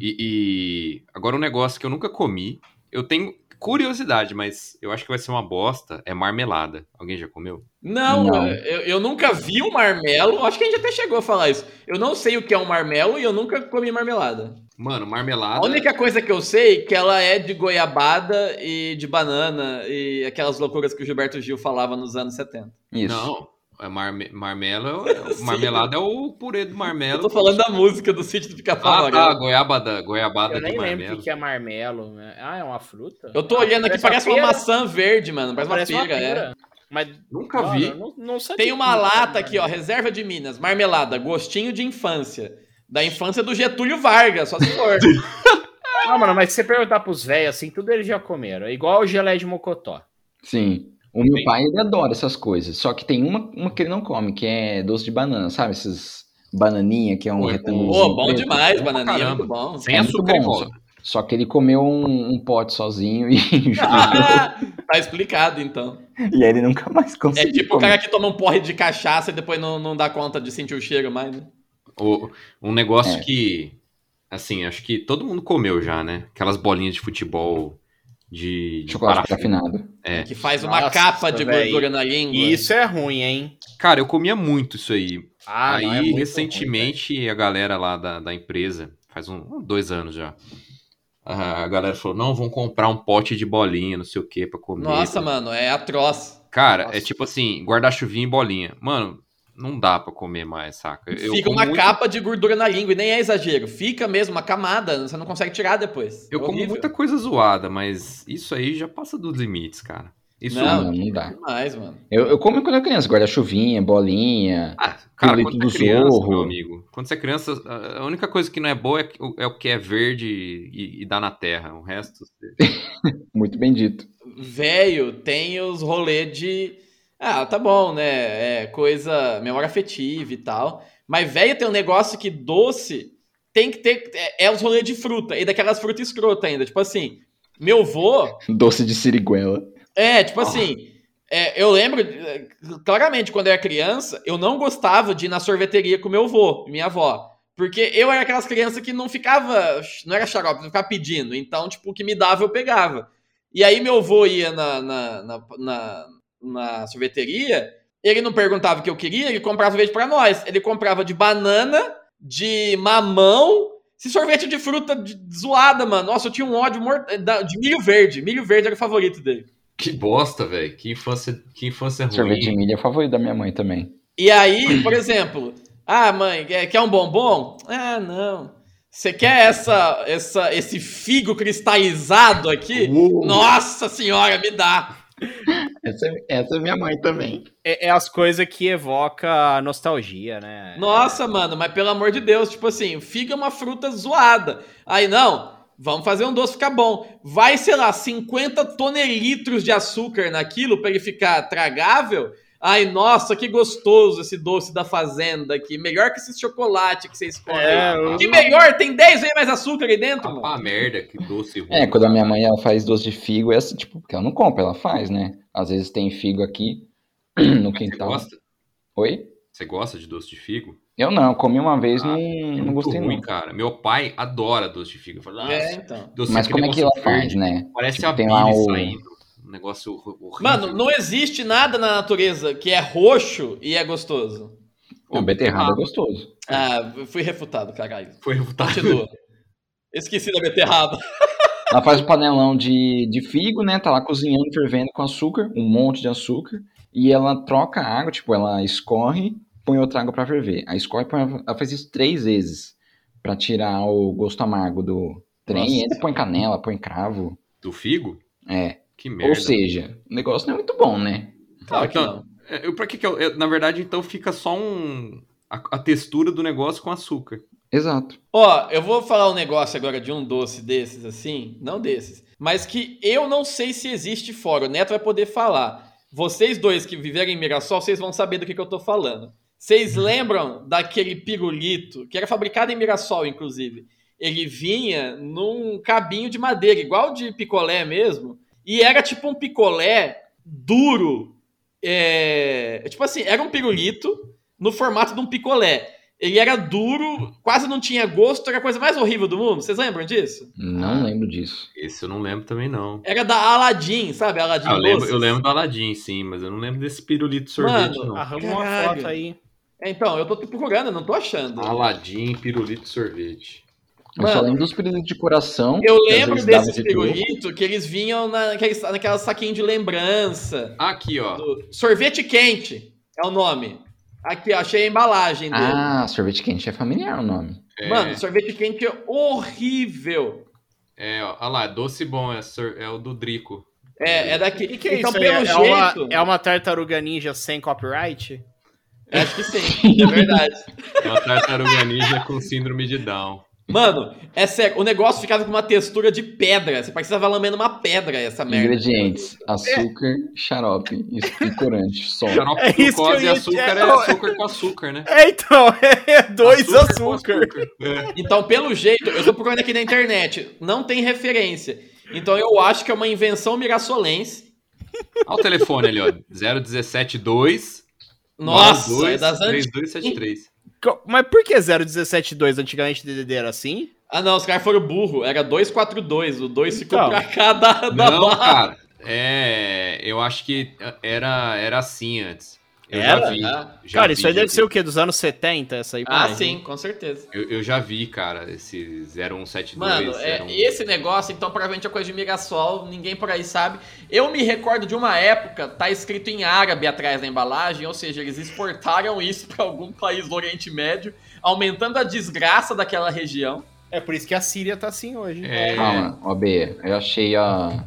Speaker 5: E, e agora um negócio que eu nunca comi, eu tenho curiosidade, mas eu acho que vai ser uma bosta, é marmelada. Alguém já comeu?
Speaker 1: Não,
Speaker 2: Não.
Speaker 1: Eu, eu nunca vi um marmelo. Acho que a gente até chegou a falar isso. Eu não sei o que é um marmelo e eu nunca comi marmelada.
Speaker 5: Mano,
Speaker 1: A
Speaker 5: marmelada.
Speaker 1: única coisa que eu sei é que ela é de goiabada e de banana e aquelas loucuras que o Gilberto Gil falava nos anos 70.
Speaker 2: Isso.
Speaker 5: Não, é marme... marmelo é o- é o-
Speaker 1: Sim.
Speaker 5: marmelada é o purê do
Speaker 1: Eu
Speaker 5: marmelo.
Speaker 1: tô falando da música do sítio do Pica-Pau
Speaker 5: Ah, tá,
Speaker 1: Amarelo.
Speaker 5: goiabada, goiabada
Speaker 3: Eu
Speaker 5: de
Speaker 3: nem lembro o
Speaker 5: marmelo.
Speaker 3: que que é marmelo. né? Ah, é uma fruta?
Speaker 1: Eu tô olhando aqui, parece uma
Speaker 3: pera.
Speaker 1: maçã verde, mano. Parece uma pera, é.
Speaker 3: pera. Mas
Speaker 5: Nunca
Speaker 3: mano,
Speaker 5: vi.
Speaker 3: eu Não, não sabia
Speaker 1: Tem uma
Speaker 3: que era
Speaker 1: lata aqui, ó,
Speaker 3: marmelo.
Speaker 1: reserva de Minas, marmelada, gostinho de infância. Da infância do Getúlio Vargas, só se for.
Speaker 3: Ah, mano, mas se você perguntar pros velhos assim, tudo eles já comeram. É igual o gelé de mocotó.
Speaker 2: Sim. O meu
Speaker 5: Sim.
Speaker 2: pai, ele adora essas coisas, só que tem uma, uma que ele não come, que é doce de banana, sabe? Esses bananinha que é um
Speaker 5: Pô, é
Speaker 2: retângulo.
Speaker 1: Pô, bom demais,
Speaker 5: Bom pra
Speaker 1: bananinha,
Speaker 5: caramba.
Speaker 1: muito bom.
Speaker 5: Sem
Speaker 2: É muito
Speaker 5: açúcar e
Speaker 2: bom,
Speaker 5: cola.
Speaker 2: Só que ele comeu um, um pote sozinho e,
Speaker 1: tá explicado, então.
Speaker 2: e aí ele nunca mais
Speaker 1: É
Speaker 2: conseguiu.
Speaker 1: tipo o
Speaker 2: comer.
Speaker 1: cara que toma um porre de cachaça e depois não, não dá conta de sentir o cheiro mais, né?
Speaker 5: O- um negócio
Speaker 2: É.
Speaker 5: que, assim, acho que todo mundo comeu já, né? Aquelas bolinhas de futebol de, de
Speaker 2: Chocolate
Speaker 5: parafuso.
Speaker 2: parafinado.
Speaker 5: É.
Speaker 1: Que faz uma
Speaker 3: Nossa,
Speaker 1: capa de
Speaker 3: velho.
Speaker 1: gordura na língua.
Speaker 3: E isso é ruim, hein?
Speaker 5: Cara, eu comia muito isso aí.
Speaker 3: Ah,
Speaker 5: aí,
Speaker 3: não, é muito ruim,
Speaker 5: recentemente, a galera lá da, da empresa, faz um, dois anos já, a a galera falou, não, vão comprar um pote de bolinha, não sei o que, pra comer.
Speaker 1: Nossa, mano, é atroz.
Speaker 5: Cara,
Speaker 3: Nossa.
Speaker 5: é tipo assim, guarda-chuvinha e bolinha. Mano, não dá pra comer mais, saca? Eu
Speaker 1: Fica
Speaker 5: como
Speaker 1: uma
Speaker 5: muito-
Speaker 1: capa de gordura na língua, e nem é exagero. Fica mesmo uma camada, você não consegue tirar depois.
Speaker 5: Eu
Speaker 1: É
Speaker 5: como
Speaker 1: horrível.
Speaker 5: muita coisa zoada, mas isso aí já passa dos limites, cara. Isso
Speaker 1: Não.
Speaker 2: Não, não dá.
Speaker 1: É demais, mano.
Speaker 2: Eu, eu como quando era criança, guarda-chuvinha, bolinha.
Speaker 5: Ah, cara,
Speaker 2: Pirulito
Speaker 5: quando
Speaker 2: do
Speaker 5: você é criança,
Speaker 2: Zorro.
Speaker 5: meu amigo, quando você é criança, a- a única coisa que não é boa é, o- é o que é verde e, e dá na terra. O resto. você-
Speaker 2: Muito bem dito.
Speaker 1: Velho, tem os rolê de. Ah, tá bom, né? É coisa. memória afetiva e tal. Mas, velho, tem um negócio que doce tem que ter. É, é os rolê de fruta. E daquelas frutas escrotas ainda. Tipo assim, meu vô.
Speaker 2: Doce de siriguela.
Speaker 1: É, tipo
Speaker 5: Ah.
Speaker 1: assim, é, eu lembro, é, claramente, quando eu era criança, eu não gostava de ir na sorveteria com meu avô, minha avó. Porque eu era aquelas crianças que não ficava, não era xarope, não ficava pedindo. Então, tipo, o que me dava, eu pegava. E aí meu avô ia na, na, na, na- na sorveteria, ele não perguntava o que eu queria, ele comprava sorvete pra nós. Ele comprava de banana, de mamão, esse sorvete de fruta de- zoada, mano. Nossa, eu tinha um ódio mor- da- de milho verde. Milho verde era o favorito dele.
Speaker 5: Que bosta, velho. Que infância, que infância ruim.
Speaker 2: Sorvete de milho é o favorito da minha mãe também.
Speaker 1: E aí, por exemplo, ah, mãe, quer, quer um bombom? Ah, não. Você quer essa, essa, esse figo cristalizado aqui?
Speaker 5: Uh,
Speaker 1: Nossa senhora, me dá!
Speaker 2: Essa, é minha mãe também.
Speaker 3: É, é as coisas que evoca nostalgia, né?
Speaker 1: Nossa, mano, mas pelo amor de Deus, tipo assim, o figo é uma fruta zoada. Aí, não, vamos fazer um doce ficar bom. Vai, sei lá, 50 tonelitros de açúcar naquilo pra ele ficar tragável. Ai, nossa, que gostoso esse doce da fazenda aqui. Melhor que esse chocolate que vocês comem.
Speaker 3: É, eu-
Speaker 1: Que melhor, tem 10 vezes mais açúcar aí dentro,
Speaker 5: ah,
Speaker 1: mano.
Speaker 5: pá, merda, que doce ruim.
Speaker 2: É, quando a minha mãe ela faz doce de figo, é assim, tipo, porque ela não compra, ela faz, né? Às vezes tem figo aqui no
Speaker 5: Você
Speaker 2: quintal.
Speaker 5: gosta,
Speaker 2: Oi?
Speaker 5: você gosta de doce de figo?
Speaker 2: Eu não, comi uma vez,
Speaker 5: Ah,
Speaker 2: não,
Speaker 5: É
Speaker 2: não
Speaker 5: muito
Speaker 2: gostei
Speaker 5: ruim,
Speaker 2: muito.
Speaker 5: cara. Meu pai adora doce de figo. Eu falo, "Nossa,
Speaker 1: É, então.
Speaker 5: doce
Speaker 2: Mas como é que
Speaker 5: negócio
Speaker 2: ela faz,
Speaker 5: verde,
Speaker 2: né?
Speaker 5: Parece
Speaker 2: Tipo,
Speaker 5: a
Speaker 2: tem
Speaker 5: bile
Speaker 2: lá o-
Speaker 5: saindo. Um negócio hor- horrível.
Speaker 1: Mano, não existe nada na natureza que é roxo e é gostoso.
Speaker 2: O beterraba é gostoso.
Speaker 1: Ah, fui refutado, caralho.
Speaker 5: Foi revoltado.
Speaker 1: Continua. Esqueci da beterraba.
Speaker 2: Ela faz um panelão de, de figo, né? Tá lá cozinhando, fervendo com açúcar, um monte de açúcar. E ela troca a água, tipo, ela escorre, põe outra água pra ferver. Aí escorre, põe, ela faz isso três vezes pra tirar o gosto amargo do trem. E aí põe canela, põe cravo.
Speaker 5: Do figo?
Speaker 2: É.
Speaker 5: Que merda.
Speaker 2: Ou seja, o negócio não é muito bom, né?
Speaker 1: Claro que
Speaker 5: então,
Speaker 1: não.
Speaker 5: é, eu, pra que que eu, eu- na verdade, então fica só um. A, a textura do negócio com açúcar.
Speaker 2: Exato.
Speaker 1: Ó, eu vou falar um negócio agora de um doce desses, assim, não desses, mas que eu não sei se existe fora. O Neto vai poder falar. Vocês dois que viverem em Mirassol, vocês vão saber do que, que eu tô falando. Vocês lembram daquele pirulito, que era fabricado em Mirassol, inclusive? Ele vinha num cabinho de madeira, igual de picolé mesmo, e era tipo um picolé duro. É... Tipo assim, era um pirulito no formato de um picolé. Ele era duro, quase não tinha gosto, era a coisa mais horrível do mundo. Vocês lembram disso?
Speaker 2: Não lembro disso.
Speaker 5: Esse eu não lembro também, não.
Speaker 1: Era da Aladdin, sabe? Aladdin
Speaker 5: Ah, eu, lembro,
Speaker 1: Doces.
Speaker 5: eu lembro do Aladim, sim, mas eu não lembro desse pirulito sorvete,
Speaker 1: Mano,
Speaker 5: não.
Speaker 3: Arruma uma
Speaker 1: Caralho.
Speaker 3: foto aí.
Speaker 1: É, Então, eu tô procurando, eu não tô achando.
Speaker 5: Ah, Aladim, pirulito sorvete.
Speaker 2: Eu
Speaker 1: Mano.
Speaker 2: só lembro dos períodos de coração.
Speaker 1: Eu
Speaker 2: que às
Speaker 1: lembro
Speaker 2: vezes dava
Speaker 1: desses
Speaker 2: de troco.
Speaker 1: pirulitos que eles vinham na, naqueles- naquela saquinho de lembrança.
Speaker 5: Aqui, ó.
Speaker 1: do- Sorvete quente é o nome. Aqui, ó, achei a embalagem dele.
Speaker 2: Ah, sorvete quente é familiar o nome.
Speaker 5: É,
Speaker 1: Mano, sorvete quente é horrível.
Speaker 5: é, ó. Olha lá, doce bom, é, sor- é o do Drico.
Speaker 1: É, é daqui.
Speaker 3: O que, que é
Speaker 1: então,
Speaker 3: isso? aí?
Speaker 1: pelo
Speaker 3: é,
Speaker 1: jeito.
Speaker 3: uma, é uma tartaruga ninja sem copyright?
Speaker 1: Acho que sim, é verdade.
Speaker 5: É uma tartaruga ninja com síndrome de Down.
Speaker 1: Mano, é sério, o negócio ficava com uma textura de pedra. Você precisava lambendo uma pedra essa merda.
Speaker 2: Ingredientes: açúcar, xarope e corante. Só.
Speaker 5: Xarope
Speaker 3: É
Speaker 5: é
Speaker 3: isso que eu
Speaker 5: glucose e
Speaker 3: ia-
Speaker 5: açúcar é
Speaker 3: é, não,
Speaker 5: açúcar com açúcar, né?
Speaker 3: É, então, é dois
Speaker 5: com
Speaker 3: açúcar.
Speaker 5: É.
Speaker 1: Então, pelo jeito, eu tô procurando aqui na internet, não tem referência. Então eu acho que é uma invenção mirassolense.
Speaker 5: Olha o telefone ali, ó. 0172
Speaker 1: Nossa, é das antigas.
Speaker 5: 3273.
Speaker 3: Co- Mas por que 0172 antigamente DDD era assim?
Speaker 1: Ah não, os caras foram burro. Era 242, o 2 ficou
Speaker 3: Então.
Speaker 1: pra cá da, da
Speaker 5: Não,
Speaker 1: barra.
Speaker 5: cara. É, eu acho que era, era assim antes. Eu já
Speaker 3: Era?
Speaker 5: vi.
Speaker 1: Ah.
Speaker 5: já
Speaker 3: Cara,
Speaker 5: vi,
Speaker 3: isso aí
Speaker 5: já
Speaker 3: deve
Speaker 5: vi.
Speaker 3: ser o quê? Dos anos 70, essa aí?
Speaker 1: Ah, sim, com certeza.
Speaker 5: Eu, eu já vi, cara, esse 0172.
Speaker 1: Mano, é,
Speaker 5: 01.
Speaker 1: esse negócio, então, provavelmente é coisa de Mirassol, ninguém por aí sabe. Eu me recordo de uma época, tá escrito em árabe atrás da embalagem, ou seja, eles exportaram isso pra algum país do Oriente Médio, aumentando a desgraça daquela região.
Speaker 3: É por isso que a Síria tá assim hoje.
Speaker 5: É,
Speaker 2: Calma, ó, Bea. Eu achei a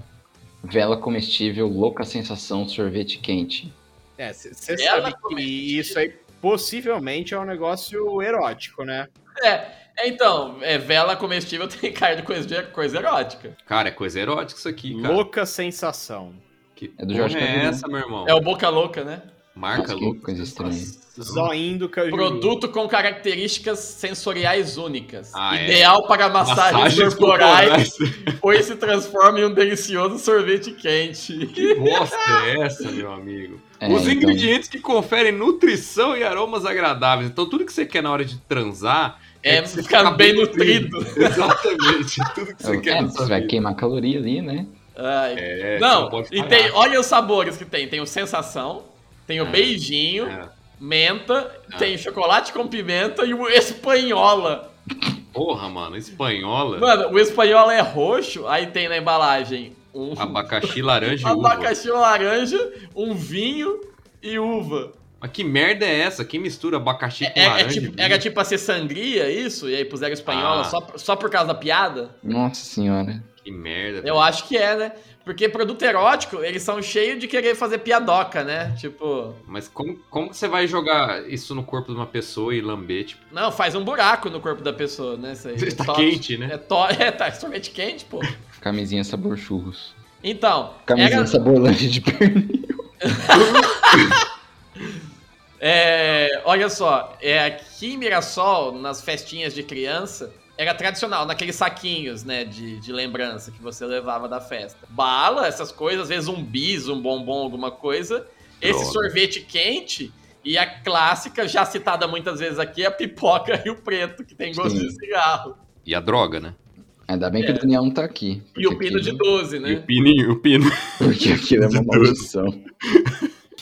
Speaker 2: vela comestível louca sensação sorvete quente.
Speaker 3: É, você
Speaker 1: Ela
Speaker 3: sabe que
Speaker 1: comete.
Speaker 3: isso aí possivelmente é um negócio erótico, né?
Speaker 1: Então, é, vela comestível tem cara de coisa, de coisa erótica.
Speaker 5: Cara, é coisa erótica isso aqui, cara.
Speaker 3: Louca sensação.
Speaker 5: Que
Speaker 2: É do
Speaker 5: porra
Speaker 2: Jorge
Speaker 5: é
Speaker 2: Cajuru.
Speaker 5: essa, meu irmão?
Speaker 1: É o boca louca, né?
Speaker 5: Marca
Speaker 2: Nossa, que
Speaker 5: louca.
Speaker 2: coisa estranha.
Speaker 5: sensação.
Speaker 3: Zoindo que eu juro.
Speaker 1: Produto com características sensoriais únicas.
Speaker 5: Ah, é.
Speaker 1: ideal para massagens, corporais, pois se transforma em um delicioso sorvete quente.
Speaker 5: Que bosta é essa, meu amigo?
Speaker 2: É,
Speaker 5: Os
Speaker 2: então,
Speaker 5: ingredientes que conferem nutrição e aromas agradáveis. Então, tudo que você quer na hora de transar
Speaker 1: É,
Speaker 5: que você
Speaker 1: ficar
Speaker 5: fica
Speaker 1: bem nutrido.
Speaker 5: Exatamente. Tudo que
Speaker 2: é,
Speaker 5: você quer na
Speaker 2: você
Speaker 5: sua
Speaker 2: vai
Speaker 5: vida.
Speaker 2: queimar caloria ali, né?
Speaker 1: Ai,
Speaker 5: É,
Speaker 1: não,
Speaker 5: você pode
Speaker 1: e
Speaker 5: parar.
Speaker 1: tem, olha os sabores que tem. Tem o sensação, tem o
Speaker 5: É.
Speaker 1: beijinho,
Speaker 5: É.
Speaker 1: menta,
Speaker 5: É.
Speaker 1: tem chocolate com pimenta e o espanhola.
Speaker 5: Porra, mano, espanhola,
Speaker 1: Mano, o espanhola é roxo, aí tem na embalagem um
Speaker 5: abacaxi, laranja e uva.
Speaker 1: abacaxi ou laranja, um vinho e uva.
Speaker 5: Mas que merda é essa? Quem mistura abacaxi com
Speaker 1: É- é
Speaker 5: Um laranja?
Speaker 1: tipo-
Speaker 5: e vinho?
Speaker 1: era tipo a ser sangria, isso? E aí puseram espanhola
Speaker 5: Ah.
Speaker 1: só, por- só por causa da piada?
Speaker 2: Nossa senhora.
Speaker 5: Que merda.
Speaker 1: tipo- Eu acho que é, né? Porque produto erótico, eles são cheios de querer fazer piadoca, né? Tipo.
Speaker 5: Mas como, como que você vai jogar isso no corpo de uma pessoa e lamber? Tipo,
Speaker 1: Não, faz um buraco no corpo da pessoa, né? Isso aí. É
Speaker 5: tá
Speaker 1: to-
Speaker 5: quente, né?
Speaker 1: É, to... é, tá sorvete quente, pô.
Speaker 2: Camisinha sabor churros.
Speaker 1: Então,
Speaker 2: Camisinha
Speaker 1: era-
Speaker 2: sabor lanche de pernil.
Speaker 1: é, olha só, é, aqui em Mirassol, nas festinhas de criança, era tradicional, naqueles saquinhos, né, de, de lembrança que você levava da festa. Bala, essas coisas, às vezes um bis, um bombom, alguma coisa. Esse
Speaker 4: Droga.
Speaker 1: sorvete quente e a clássica, já citada muitas vezes aqui, a pipoca Rio Preto, que tem gosto
Speaker 2: Sim.
Speaker 1: de cigarro.
Speaker 5: e a droga, né?
Speaker 2: Ainda bem que o Daniel não tá aqui.
Speaker 1: E o
Speaker 2: porque
Speaker 1: pino de
Speaker 2: aquilo-
Speaker 1: 12, né?
Speaker 5: E o pininho, o pino.
Speaker 2: Porque aquilo é uma maldição.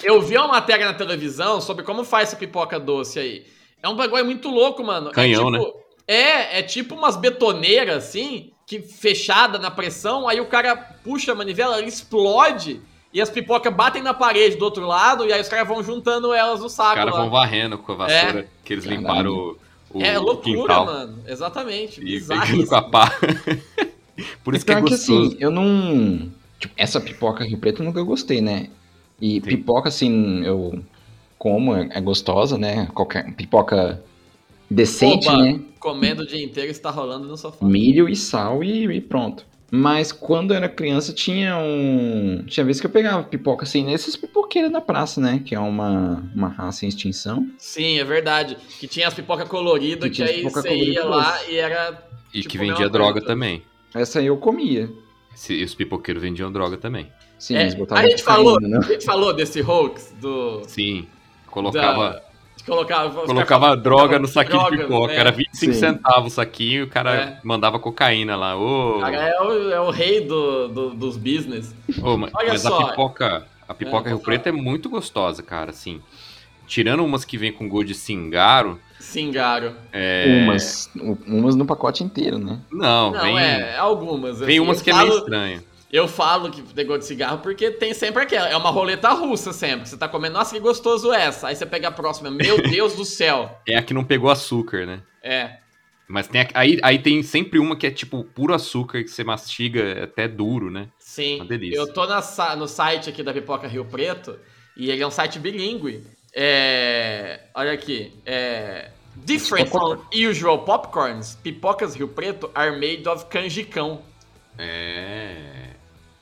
Speaker 1: Eu vi uma matéria na televisão sobre como faz essa pipoca doce aí. É um bagulho muito louco, mano.
Speaker 5: Canhão, né?
Speaker 1: é tipo, É, é tipo umas betoneiras assim, que fechada na pressão, aí o cara puxa a manivela, ela explode e as pipocas batem na parede do outro lado e aí os caras vão juntando elas no
Speaker 5: Os
Speaker 1: saco.
Speaker 5: caras
Speaker 1: lá.
Speaker 5: vão varrendo com a vassoura que eles
Speaker 2: Caralho.
Speaker 5: limparam o, o
Speaker 1: é loucura,
Speaker 5: quintal.
Speaker 1: mano. Exatamente.
Speaker 5: E
Speaker 1: bizarro
Speaker 5: pegando com a
Speaker 1: isso.
Speaker 5: pá. Por isso que
Speaker 2: Pior
Speaker 5: é gostoso.
Speaker 2: assim, eu não. Tipo, essa pipoca Rio Preto eu nunca gostei, né? E
Speaker 5: Sim.
Speaker 2: pipoca, assim, eu como, é é gostosa, né? Qualquer pipoca decente,
Speaker 1: Oba!
Speaker 2: né?
Speaker 1: Comendo o dia inteiro está rolando no sofá.
Speaker 2: Milho e sal e, e pronto. Mas quando eu era criança tinha um. Tinha vezes que eu pegava pipoca assim, nesses pipoqueiros da praça, né? Que é uma, uma raça em extinção.
Speaker 1: Sim, é verdade. Que tinha as pipocas coloridas,
Speaker 2: Que
Speaker 1: que,
Speaker 2: tinha as
Speaker 1: aí
Speaker 2: pipoca
Speaker 1: você
Speaker 2: colorida
Speaker 1: ia
Speaker 2: doce.
Speaker 1: lá e era.
Speaker 5: E
Speaker 1: Tipo,
Speaker 5: que
Speaker 1: mesma
Speaker 5: vendia
Speaker 1: coisa.
Speaker 5: droga também.
Speaker 2: Essa aí eu comia.
Speaker 5: Se- E os pipoqueiros vendiam droga também.
Speaker 2: Sim,
Speaker 1: É,
Speaker 2: eles botavam
Speaker 1: a gente falou.
Speaker 2: cocaína, né?
Speaker 1: A gente falou desse hoax do.
Speaker 5: Sim. Colocava,
Speaker 1: De colocar, os
Speaker 5: colocava droga no saquinho
Speaker 1: droga,
Speaker 5: de pipoca.
Speaker 1: é.
Speaker 5: Era 25
Speaker 2: Sim.
Speaker 5: centavos o saquinho e o cara
Speaker 1: É.
Speaker 5: mandava cocaína lá. Ô,
Speaker 1: caras- Cara, é o, é o rei do, do- dos business.
Speaker 5: ô, ma-
Speaker 1: olha
Speaker 5: mas
Speaker 1: só.
Speaker 5: a pipoca, a pipoca
Speaker 1: É,
Speaker 5: Rio Preto é muito gostosa, cara. Assim, tirando umas que vem com gosto de singaro,
Speaker 1: Singaro.
Speaker 2: Umas. Umas no pacote inteiro, né?
Speaker 5: não,
Speaker 1: Não,
Speaker 5: vem,
Speaker 1: é, é algumas.
Speaker 5: vem
Speaker 1: assim,
Speaker 5: umas
Speaker 1: eu
Speaker 5: que é meio
Speaker 1: falo,
Speaker 5: estranha.
Speaker 1: Eu falo que negócio de cigarro porque tem sempre aquela. É uma roleta russa sempre. Você tá comendo, nossa, que gostoso é essa. Aí você pega a próxima, meu Deus do céu.
Speaker 5: É a que não pegou açúcar, né?
Speaker 1: É.
Speaker 5: Mas tem a- aí, aí tem sempre uma que é tipo puro açúcar, que você mastiga até duro, né?
Speaker 1: Sim.
Speaker 5: Uma delícia.
Speaker 1: Eu tô na sa- no site aqui da Pipoca Rio Preto e ele é um site bilíngue. É, olha aqui. É, Different from usual popcorns, pipocas Rio Preto are made of canjicão.
Speaker 5: É.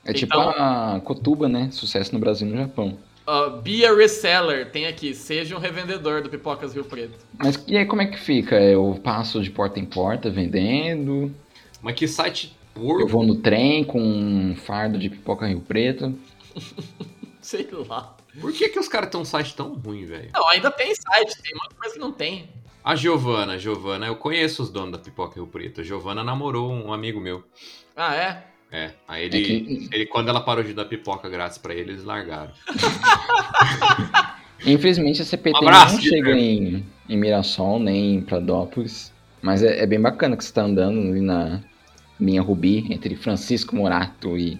Speaker 2: É tipo
Speaker 1: Então-
Speaker 2: a Cotuba, né? Sucesso no Brasil e no Japão.
Speaker 1: Uh, be a reseller, tem aqui. Seja um revendedor do Pipocas Rio Preto.
Speaker 2: Mas e aí como é que fica? Eu passo de porta em porta vendendo,
Speaker 5: Mas que site
Speaker 2: eu
Speaker 5: porco.
Speaker 2: vou no trem com um fardo de pipoca Rio Preto.
Speaker 1: Sei lá.
Speaker 5: Por que, que os caras têm um site tão ruim, velho?
Speaker 1: Não, ainda tem site, tem muita coisa que não tem.
Speaker 5: A Giovana, Giovana, eu conheço os donos da Pipoca Rio Preto. A Giovana namorou um amigo meu.
Speaker 1: Ah, é?
Speaker 5: É. Aí
Speaker 2: É
Speaker 5: ele.
Speaker 2: que,
Speaker 5: ele quando ela parou de dar pipoca grátis pra ele, eles largaram.
Speaker 2: infelizmente a CPT
Speaker 5: Um abraço,
Speaker 2: não chega em, em Mirassol nem em Pradópolis. Mas é, é bem bacana que você tá andando ali na linha Rubi, entre Francisco Morato e,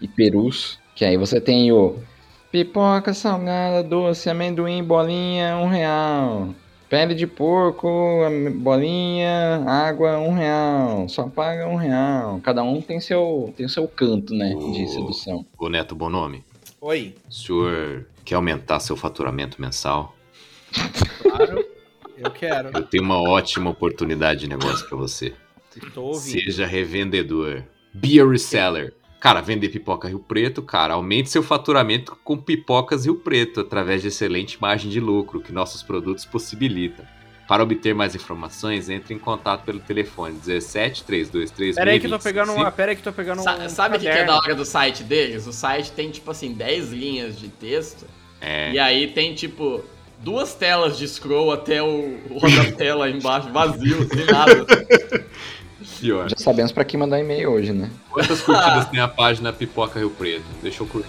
Speaker 2: e Perus. Que aí você tem o pipoca salgada, doce, amendoim, bolinha, um real. Pele de porco, am- bolinha, água, um real. Só paga um real. Cada um tem seu, tem seu canto, né? De
Speaker 5: Oh.
Speaker 2: sedução.
Speaker 5: Ô Neto Bonome,
Speaker 3: Oi.
Speaker 5: o senhor quer aumentar seu faturamento mensal?
Speaker 3: Claro, eu quero.
Speaker 5: Eu tenho uma ótima oportunidade de negócio pra você.
Speaker 3: Tô ouvindo.
Speaker 5: Seja revendedor. Be a reseller. Cara, vender pipoca Rio Preto, cara, aumente seu faturamento com pipocas Rio Preto através de excelente margem de lucro que nossos produtos possibilitam. Para obter mais informações, entre em contato pelo telefone 17 323
Speaker 3: Pera aí que eu tô pegando um uma. Pera aí que eu tô pegando
Speaker 1: Sa-
Speaker 3: um.
Speaker 1: sabe o que, que é da
Speaker 3: caderno.
Speaker 1: hora do site deles? O site tem, tipo assim, 10 linhas de texto.
Speaker 5: É.
Speaker 1: E aí tem, tipo, duas telas de scroll até o, o outra tela aí embaixo, vazio, sem nada.
Speaker 5: Pior.
Speaker 2: Já sabemos pra quem mandar e-mail hoje, né?
Speaker 5: Quantas curtidas tem a página Pipoca Rio Preto? Deixa eu curtir.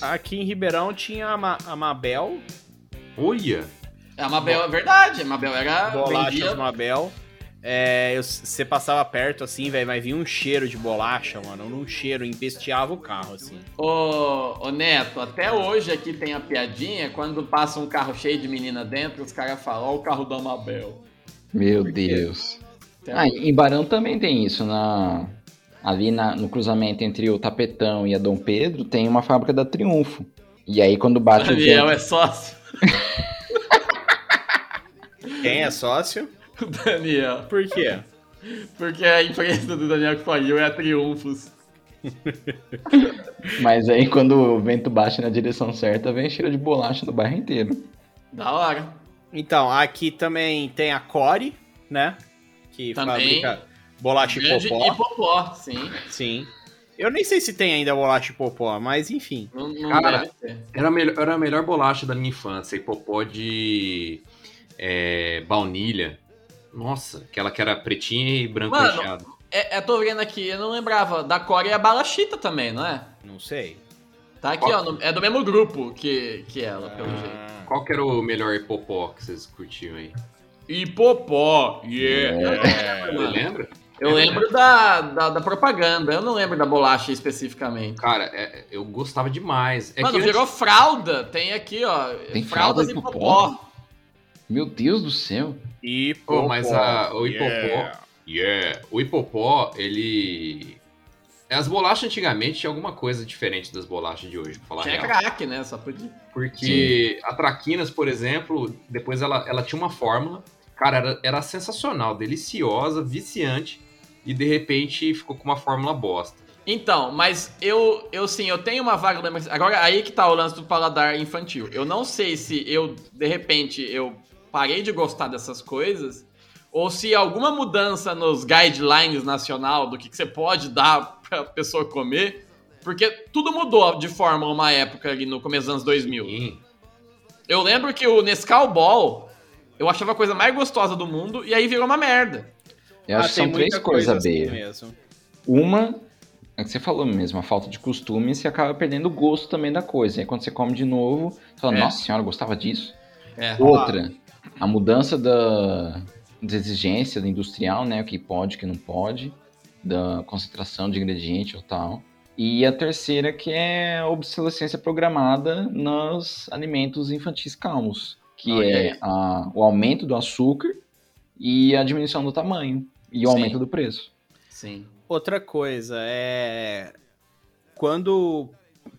Speaker 3: Aqui em Ribeirão tinha a, Ma a Mabel,
Speaker 5: Olha!
Speaker 1: A Mabel é verdade, a Mabel era.
Speaker 3: bolachas
Speaker 1: Ah, vendia-
Speaker 3: Mabel. É, você passava perto assim, velho, mas vinha um cheiro de bolacha, mano. Um cheiro, empesteava o carro, assim.
Speaker 1: Ô, ô Neto, até hoje aqui tem a piadinha, quando passa um carro cheio de menina dentro, os caras falam, ó o carro da Mabel.
Speaker 2: Meu
Speaker 3: Por quê?
Speaker 2: Deus.
Speaker 1: Tem- um
Speaker 2: Ah, em Barão também tem isso. Na... Ali na- no cruzamento entre o Tapetão e a Dom Pedro tem uma fábrica da Triunfo. E aí quando bate o
Speaker 1: Daniel
Speaker 2: vento,
Speaker 1: é sócio.
Speaker 3: Quem é sócio?
Speaker 1: O Daniel.
Speaker 3: Por quê?
Speaker 1: Porque a empresa do Daniel que faliu é a Triunfos.
Speaker 2: mas aí quando o vento bate na direção certa, vem cheiro de bolacha no bairro inteiro.
Speaker 1: Da hora.
Speaker 3: Então, aqui também tem a Core, né? que
Speaker 1: Também.
Speaker 3: fabrica bolacha e
Speaker 1: Grande
Speaker 3: popó.
Speaker 1: e popó, sim.
Speaker 3: Sim. Eu nem sei se tem ainda bolacha e popó, mas enfim.
Speaker 1: Não, não
Speaker 5: Cara,
Speaker 1: deve ter.
Speaker 5: Era a, melhor, era a melhor bolacha da minha infância, hipopó de é, baunilha. Nossa, aquela que era pretinha e branco
Speaker 1: Mano,
Speaker 5: recheado.
Speaker 1: É, é, tô vendo aqui, eu não lembrava. Da Core é a Balachita também, não é?
Speaker 3: Não sei.
Speaker 1: Tá aqui, ó. no- é do mesmo grupo que, que ela, pelo jeito.
Speaker 3: Ah,
Speaker 5: Qual que era o melhor hipopó que vocês curtiam aí?
Speaker 1: E popó, yeah.
Speaker 3: É.
Speaker 5: Você lembra?
Speaker 1: Eu lembro da, da, da propaganda, eu não lembro da bolacha especificamente.
Speaker 5: Cara, é- é- eu gostava demais. É
Speaker 1: Mano,
Speaker 5: que
Speaker 1: virou
Speaker 5: antes-
Speaker 1: fralda, tem aqui, ó.
Speaker 2: Tem
Speaker 1: fraldas
Speaker 2: fralda
Speaker 1: e
Speaker 2: e
Speaker 1: popó.
Speaker 2: Meu Deus do céu.
Speaker 3: E popó.
Speaker 5: Pô, mas a- o hipopó-
Speaker 3: Yeah.
Speaker 5: Yeah. O hipopó, ele. As bolachas antigamente tinha alguma coisa diferente das bolachas de hoje, pra falar a
Speaker 1: Tinha
Speaker 5: real.
Speaker 1: craque, né? Só podia.
Speaker 5: Porque a Traquinas, por exemplo, depois ela, ela tinha uma fórmula. Cara, era, era sensacional, deliciosa, viciante. E de repente ficou com uma fórmula bosta.
Speaker 1: Então, mas eu, eu sim, eu tenho uma vaga lembrança. Agora, aí que tá o lance do paladar infantil. Eu não sei se eu, de repente, eu parei de gostar dessas coisas, ou se alguma mudança nos guidelines nacional do que, que você pode dar pra pessoa comer, porque tudo mudou de fórmula uma época ali no começo dos anos 2000.
Speaker 5: Sim.
Speaker 1: Eu lembro que o Nescau Ball, eu achava a coisa mais gostosa do mundo, e aí virou uma merda.
Speaker 2: Eu acho
Speaker 3: Ah,
Speaker 2: que
Speaker 3: tem
Speaker 2: são três
Speaker 3: muita
Speaker 2: coisas,
Speaker 3: coisa
Speaker 2: a
Speaker 3: assim
Speaker 2: B.
Speaker 3: mesmo.
Speaker 2: Uma, é o que você falou mesmo, a falta de costume, você acaba perdendo o gosto também da coisa. E aí quando você come de novo, você fala,
Speaker 1: É.
Speaker 2: nossa senhora, eu gostava disso.
Speaker 1: É.
Speaker 2: Outra, a mudança da, das exigências do industrial, né? O que pode, o que não pode, da concentração de ingrediente ou tal. E a terceira, que é a obsolescência programada nos alimentos infantis calmos, que
Speaker 1: Olha
Speaker 2: é
Speaker 1: aí.
Speaker 2: a- o aumento do açúcar e a diminuição do tamanho e o
Speaker 1: Sim.
Speaker 2: aumento do preço.
Speaker 1: Sim.
Speaker 3: Outra coisa é. Quando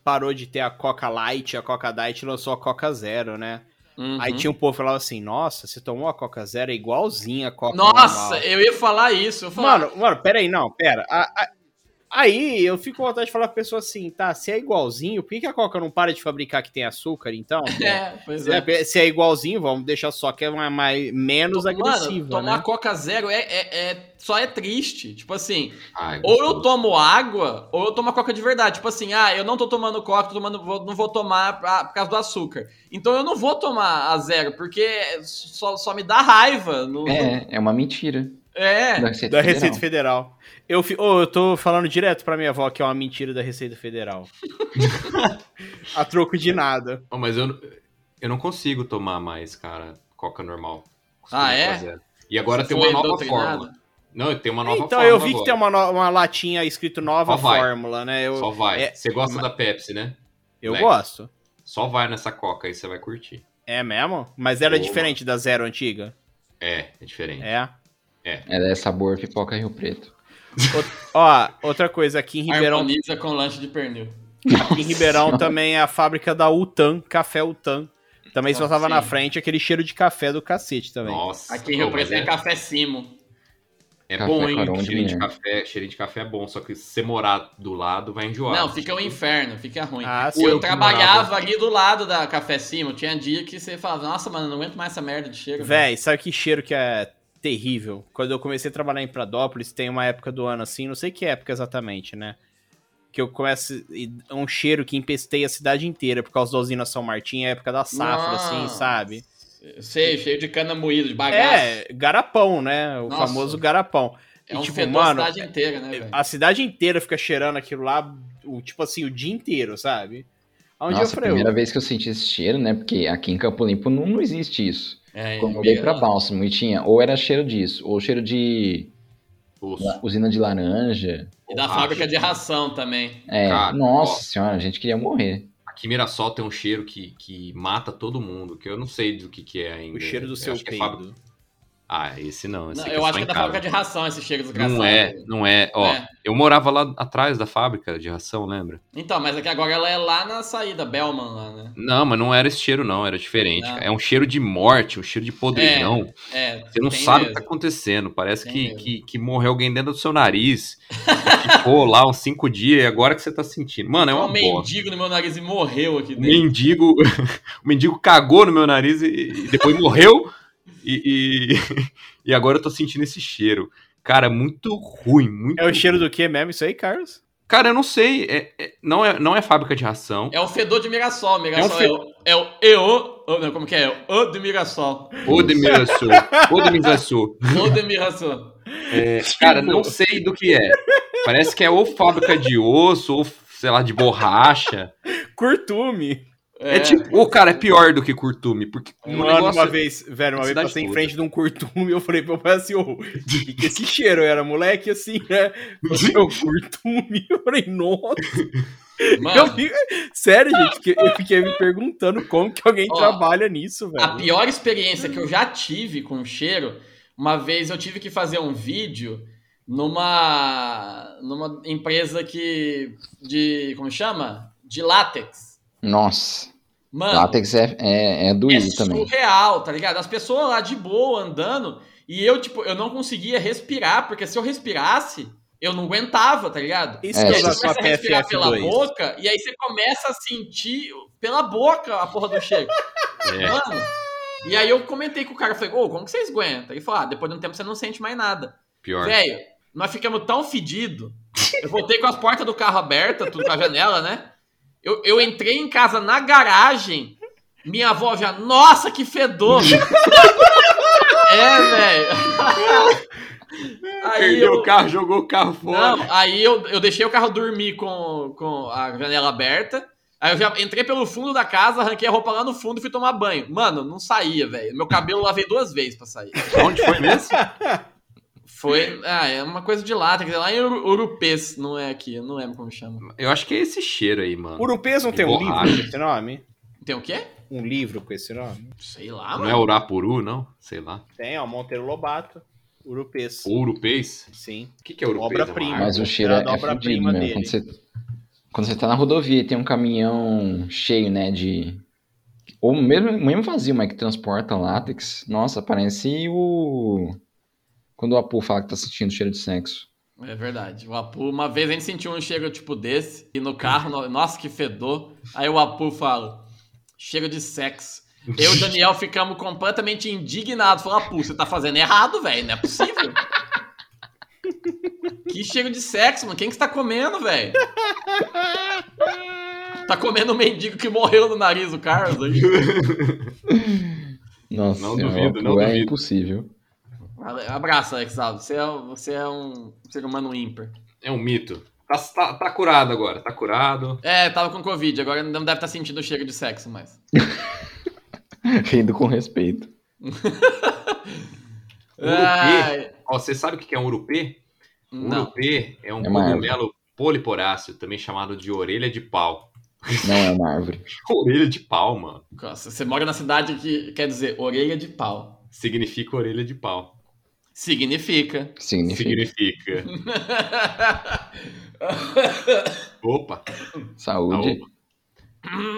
Speaker 3: parou de ter a Coca Light, a Coca Diet lançou a Coca Zero, né?
Speaker 1: Uhum.
Speaker 3: Aí tinha um povo que falava assim: Nossa, você tomou a Coca Zero é igualzinha a Coca
Speaker 1: Nossa,
Speaker 3: normal."
Speaker 1: eu ia falar isso. Eu falava,
Speaker 3: Mano, mano, peraí, não, pera. A- a- Aí eu fico com vontade de falar pra pessoa assim, tá, se é igualzinho, por que que a Coca não para de fabricar que tem açúcar, então?
Speaker 1: É, pois é.
Speaker 3: É, Se é igualzinho, vamos deixar só que é uma, mais, menos
Speaker 1: Mano,
Speaker 3: agressiva,
Speaker 1: tomar
Speaker 3: né?
Speaker 1: Coca Zero é, é- é- só é triste. Tipo assim,
Speaker 5: Ai,
Speaker 1: ou
Speaker 5: gostoso.
Speaker 1: eu tomo água, ou eu tomo a Coca de verdade. Tipo assim, ah, eu não tô tomando Coca, tô tomando, vou- não vou tomar pra- por causa do açúcar. Então eu não vou tomar a zero, porque só, só me dá raiva. no-
Speaker 2: É, é uma mentira.
Speaker 1: É.
Speaker 2: Da Receita
Speaker 3: Da Receita
Speaker 2: Federal.
Speaker 3: Federal. Eu, fi- ô, eu tô falando direto pra minha avó que é uma mentira da Receita Federal. a troco de nada.
Speaker 5: Não, mas eu, eu não consigo tomar mais, cara, coca normal.
Speaker 1: Ah, é?
Speaker 5: Fazer. E agora
Speaker 1: Você
Speaker 5: tem uma
Speaker 1: foi então,
Speaker 5: nova
Speaker 1: doutrinado?
Speaker 5: fórmula. Não, tem uma nova
Speaker 3: Então,
Speaker 5: fórmula
Speaker 3: eu vi que
Speaker 5: agora.
Speaker 3: tem uma, no- uma latinha escrito
Speaker 5: Só
Speaker 3: nova
Speaker 5: vai.
Speaker 3: fórmula, né? Eu,
Speaker 5: Só vai.
Speaker 3: é,
Speaker 5: Você gosta
Speaker 3: ma-
Speaker 5: da Pepsi, né?
Speaker 3: eu
Speaker 5: Lex.
Speaker 3: gosto.
Speaker 5: Só vai nessa coca aí, você vai curtir.
Speaker 3: É mesmo? Mas era
Speaker 5: Boa.
Speaker 3: diferente da zero antiga?
Speaker 5: É, é diferente.
Speaker 3: É.
Speaker 2: Ela é sabor pipoca Rio Preto.
Speaker 3: Ó, outra coisa, aqui em Ribeirão,
Speaker 1: Harmoniza com lanche de pernil.
Speaker 3: aqui em Ribeirão também é a fábrica da Utan, Café Utan. Também só
Speaker 1: Ah,
Speaker 3: tava
Speaker 1: sim.
Speaker 3: na frente aquele cheiro de café do cacete também.
Speaker 5: Nossa.
Speaker 1: Aqui em Rio
Speaker 5: pô, mas
Speaker 1: Preto é
Speaker 5: é,
Speaker 1: café simo.
Speaker 5: é
Speaker 2: Café
Speaker 5: bom,
Speaker 2: Corona
Speaker 5: hein?
Speaker 2: de
Speaker 5: Cheirinho de,
Speaker 2: Mineiro.
Speaker 5: café, cheirinho de café é bom, só que se você morar do lado, vai enjoar.
Speaker 1: Não, fica um inferno, fica ruim.
Speaker 3: Ah,
Speaker 1: eu,
Speaker 3: sim.
Speaker 5: eu que
Speaker 1: trabalhava
Speaker 5: morava-
Speaker 1: ali do lado da Café Simo, tinha dia que você falava, nossa, mano, não aguento mais essa merda de cheiro.
Speaker 3: Véi, sabe que cheiro que é terrível? Quando eu comecei a trabalhar em Pradópolis, tem uma época do ano assim, não sei que época exatamente, né? Que eu começo. e- Um cheiro que empestei a cidade inteira por causa da usina São Martim, é época da safra, assim,
Speaker 1: Nossa.
Speaker 3: sabe?
Speaker 1: Sei, cheio de cana moída, de bagaço.
Speaker 3: É, garapão, né? O
Speaker 1: Nossa.
Speaker 3: famoso garapão.
Speaker 1: É, um
Speaker 3: tipo,
Speaker 1: fedor
Speaker 3: mano, é,
Speaker 1: a cidade inteira, né, velho?
Speaker 3: A cidade inteira fica cheirando aquilo lá, o, tipo assim, o dia inteiro, sabe? Aí um dia eu
Speaker 2: Nossa, a
Speaker 3: falei,
Speaker 2: primeira
Speaker 3: eu-
Speaker 2: vez que eu senti esse cheiro, né? Porque aqui em Campo Limpo não, não existe isso.
Speaker 1: É,
Speaker 2: Quando eu
Speaker 1: é,
Speaker 2: dei pra Bálsamo e tinha, ou era cheiro disso, ou cheiro de
Speaker 5: Osso.
Speaker 2: la- usina de laranja.
Speaker 1: E da
Speaker 5: Borracha.
Speaker 1: fábrica de ração também.
Speaker 2: É,
Speaker 5: Cara,
Speaker 2: nossa
Speaker 5: ó.
Speaker 2: senhora, a gente queria morrer.
Speaker 5: Aqui em Mirassol tem um cheiro que, que mata todo mundo, que eu não sei do que, que é ainda.
Speaker 3: o cheiro do
Speaker 5: Eu
Speaker 3: seu
Speaker 5: acho que é fábrica-
Speaker 3: peido.
Speaker 5: Ah, esse não. Esse
Speaker 1: Não,
Speaker 5: aqui
Speaker 1: eu
Speaker 5: só
Speaker 1: acho que
Speaker 5: em
Speaker 1: é da
Speaker 5: casa.
Speaker 1: fábrica de ração esse cheiro desgraçado.
Speaker 5: Não é, não é. Ó,
Speaker 1: É.
Speaker 5: eu morava lá atrás da fábrica de ração, lembra?
Speaker 1: Então, mas é que agora ela é lá na saída, Bellman lá, né?
Speaker 5: Não, mas não era esse cheiro, não. Era diferente.
Speaker 1: Não.
Speaker 5: cara. É um cheiro de morte, um cheiro de podridão.
Speaker 1: É,
Speaker 5: Você não
Speaker 1: tem
Speaker 5: sabe o que
Speaker 1: mesmo.
Speaker 5: tá acontecendo. Parece
Speaker 1: Tem
Speaker 5: que,
Speaker 1: mesmo.
Speaker 5: que, que morreu alguém dentro do seu nariz. e ficou lá uns cinco dias e agora que você tá sentindo. Mano, é
Speaker 1: Tem
Speaker 5: uma
Speaker 1: um
Speaker 5: bosta.
Speaker 1: mendigo no meu nariz e morreu aqui
Speaker 5: O
Speaker 1: dentro.
Speaker 5: mendigo, o mendigo cagou no meu nariz e, e depois morreu. E, e, e agora eu tô sentindo esse cheiro. Cara, muito ruim, muito
Speaker 3: É o cheiro do que mesmo isso aí, Carlos?
Speaker 5: Cara, eu não sei. é- é- não, é, não é fábrica de ração.
Speaker 1: É o fedor de Mirassol, Mirassol.
Speaker 5: É
Speaker 1: É,
Speaker 5: um
Speaker 1: o, é o EO. oh, não, como que é? É O de Mirassol.
Speaker 5: Ô, Demiraçu. Ô, Demiraçu.
Speaker 1: O de Mirassol.
Speaker 5: É, Cara, não sei do que é. Parece que é ou fábrica de osso, ou, sei lá, de borracha.
Speaker 3: Curtume.
Speaker 5: É, tipo, ô, cara, é pior do que curtume, porque
Speaker 1: Um
Speaker 5: o
Speaker 3: Mano,
Speaker 5: negócio-
Speaker 3: uma vez, velho, uma vez
Speaker 5: cidade
Speaker 3: passei em
Speaker 5: toda.
Speaker 3: frente de um curtume, eu falei pro meu pai assim, ô, que, que esse cheiro? Eu era moleque assim, né? Eu falei, ô, curtume. Eu falei, nossa. Eu
Speaker 1: É, Mano,
Speaker 3: fico- Sério, gente, que eu fiquei me perguntando como que alguém
Speaker 1: Ó,
Speaker 3: trabalha nisso,
Speaker 1: a
Speaker 3: velho.
Speaker 1: pior experiência que eu já tive com cheiro, uma vez eu tive que fazer um vídeo numa numa empresa que de como chama? De látex.
Speaker 2: Nossa,
Speaker 1: Mano,
Speaker 2: látex é, é, é
Speaker 1: é
Speaker 2: doído também.
Speaker 1: surreal, tá ligado? As pessoas lá de boa andando e eu tipo, eu não conseguia respirar, porque se eu respirasse, eu não aguentava, tá ligado?
Speaker 3: Isso
Speaker 2: É,
Speaker 3: que
Speaker 1: E
Speaker 3: eu
Speaker 1: aí
Speaker 2: usar
Speaker 3: já
Speaker 1: você
Speaker 3: sou a
Speaker 1: começa a respirar pela
Speaker 3: PFF2.
Speaker 1: boca e aí você começa a sentir pela boca a porra do cheiro.
Speaker 5: É,
Speaker 1: Mano. E aí eu comentei com o cara, falei, ô, como que vocês aguentam? Ele falou, ah, depois de um tempo você não sente mais nada.
Speaker 5: pior.
Speaker 1: Velho, nós ficamos tão fedido. Eu voltei com as portas do carro abertas, tudo com a janela, né? Eu, eu entrei em casa na garagem, minha avó já, nossa, que fedor! é, velho. aí
Speaker 5: Perdeu
Speaker 1: eu,
Speaker 5: o carro, jogou o carro fora.
Speaker 1: não, aí eu, eu deixei o carro dormir com, com a janela aberta. Aí eu já entrei pelo fundo da casa, arranquei a roupa lá no fundo e fui tomar banho. Mano, não saía, velho. Meu cabelo lavei duas vezes pra sair.
Speaker 5: Onde foi mesmo?
Speaker 1: Foi. Ah, é uma coisa de lá, tem que dizer, lá em Uru- Urupês, não é aqui, eu não lembro como chama.
Speaker 5: Eu acho que é esse cheiro aí, mano.
Speaker 3: Urupês não tem um livro
Speaker 2: Ah.
Speaker 5: Borracha.
Speaker 3: com esse nome?
Speaker 1: Tem o quê?
Speaker 3: Um livro com esse nome?
Speaker 1: Sei lá,
Speaker 5: Não
Speaker 1: mano.
Speaker 5: é Urapuru, não? Sei lá.
Speaker 3: Tem, ó, Monteiro Lobato, Urupês.
Speaker 5: Urupês?
Speaker 3: Sim.
Speaker 5: O que, que é Urupês?
Speaker 3: Obra-prima.
Speaker 5: É uma
Speaker 2: Mas
Speaker 5: árvore?
Speaker 2: o cheiro
Speaker 3: É a
Speaker 2: é, é fudido
Speaker 3: obra-prima
Speaker 2: mesmo. Quando
Speaker 3: dele.
Speaker 2: você, quando você tá na rodovia e tem um caminhão cheio, né, de... Ou mesmo, mesmo vazio, mas que transporta látex. Nossa, parece o... Quando o Apu fala que tá sentindo cheiro de sexo.
Speaker 1: É verdade. O Apu, uma vez a gente sentiu um cheiro tipo desse, e no carro, no- nossa, que fedor. Aí o Apu fala: cheiro de sexo. Eu e o Daniel ficamos completamente indignados. Falamos, Apu, você tá fazendo errado, velho. Não é possível. que cheiro de sexo, mano. Quem que você tá comendo, velho? Tá comendo um mendigo que morreu no nariz do Carlos. aí.
Speaker 2: Nossa,
Speaker 5: Não
Speaker 2: senhora, o
Speaker 5: duvido,
Speaker 2: Apu
Speaker 5: não
Speaker 2: é
Speaker 5: duvido.
Speaker 2: impossível.
Speaker 1: Abraço, Alex Alves. Você é, você é um ser humano ímpar.
Speaker 5: É um mito. Tá, tá- tá curado agora, tá curado.
Speaker 1: É, tava com Covid, agora não deve estar sentindo o cheiro de sexo mais.
Speaker 2: Rindo com respeito.
Speaker 1: Ai,
Speaker 5: Ó, você sabe o que que é um urupê? Um
Speaker 1: Ah, não.
Speaker 5: urupê é um
Speaker 2: É uma árvore.
Speaker 5: cogumelo poliporáceo, também chamado de orelha de pau.
Speaker 2: Não é uma árvore.
Speaker 5: Orelha de pau, mano.
Speaker 1: Nossa, você mora na cidade que quer dizer orelha de pau.
Speaker 5: Significa orelha de pau.
Speaker 1: Significa.
Speaker 2: Significa.
Speaker 5: Significa. Opa.
Speaker 2: Saúde.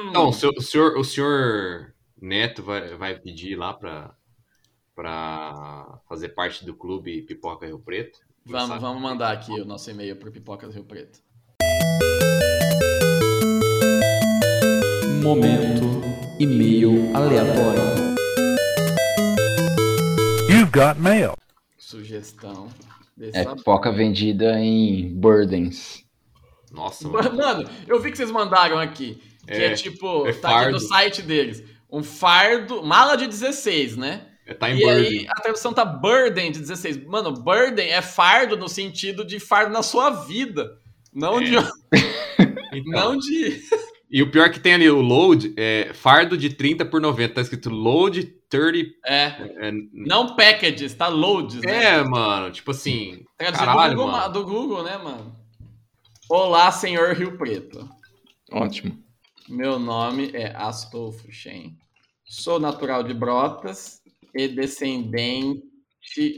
Speaker 5: Então, o seu- o senhor, o senhor Neto vai, vai pedir lá pra, pra fazer parte do clube Pipoca Rio Preto?
Speaker 1: vamos, vamos mandar aqui o nosso e-mail pro Pipoca do Rio Preto.
Speaker 6: Momento e-mail aleatório.
Speaker 7: You've got mail.
Speaker 1: Sugestão. Desse
Speaker 2: É
Speaker 1: lado.
Speaker 2: pipoca vendida em Burdens.
Speaker 5: Nossa, mano.
Speaker 1: Mano, eu vi que vocês mandaram aqui. Que é,
Speaker 5: É,
Speaker 1: tipo,
Speaker 5: é
Speaker 1: tá aqui
Speaker 5: fardo.
Speaker 1: no site deles. Um fardo, mala de 16, né?
Speaker 5: Tá em
Speaker 1: E aí,
Speaker 5: Burden.
Speaker 1: a tradução tá burden de 16. Mano, burden é fardo no sentido de fardo na sua vida. Não
Speaker 5: É.
Speaker 1: de.
Speaker 5: Então,
Speaker 1: Não de.
Speaker 5: E o pior é que tem ali, o load, é fardo de 30 por 90. Tá escrito load 30.
Speaker 1: É.
Speaker 5: É,
Speaker 1: Não packages, tá loads, né?
Speaker 5: é, mano, tipo assim.
Speaker 1: Traduzido
Speaker 5: caralho,
Speaker 1: do, Google,
Speaker 5: mano.
Speaker 1: do Google, né, mano? Olá, senhor Rio Preto.
Speaker 2: Ótimo.
Speaker 1: Meu nome é Astolfo Shen. Sou natural de Brotas e descendente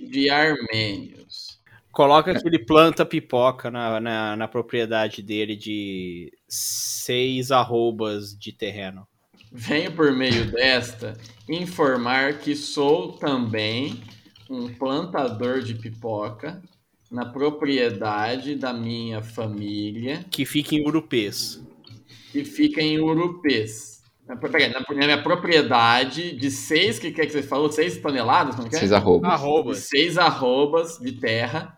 Speaker 1: de armênios.
Speaker 3: Coloca que ele planta pipoca na, na, na propriedade dele de seis arrobas de terreno.
Speaker 1: Venho por meio desta informar que sou também um plantador de pipoca na propriedade da minha família,
Speaker 3: Que fica em Urupês.
Speaker 1: que fica em Urupês, Na, pro- peraí, na, na minha propriedade de seis, que, que é que você falou? Seis toneladas? Como que é?
Speaker 2: Vocês arrobam.
Speaker 1: de
Speaker 3: Arroba.
Speaker 1: seis arrobas de terra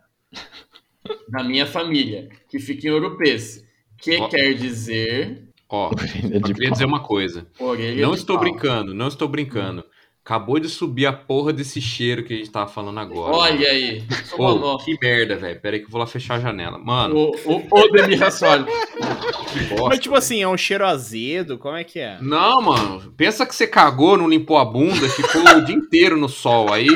Speaker 1: da minha família, que fica em Oropês. Que
Speaker 5: Ó.
Speaker 1: quer dizer
Speaker 5: Ó,
Speaker 2: Orelha
Speaker 5: eu
Speaker 2: de
Speaker 5: queria
Speaker 2: pau.
Speaker 5: dizer uma coisa.
Speaker 1: orelha
Speaker 5: Não
Speaker 1: de
Speaker 5: estou
Speaker 1: pau.
Speaker 5: brincando, não estou brincando. Acabou de subir a porra desse cheiro que a gente tava falando agora.
Speaker 1: Olha aí,
Speaker 5: Ô,
Speaker 1: Solonó.
Speaker 5: que merda, velho. Pera aí que eu vou lá fechar a janela. Mano,
Speaker 1: o, o, o Demir Rassoli.
Speaker 5: que bosta.
Speaker 3: Mas, tipo assim, é um cheiro azedo? Como é que é?
Speaker 5: Não, mano. Pensa que você cagou, não limpou a bunda, ficou o dia inteiro no sol. Aí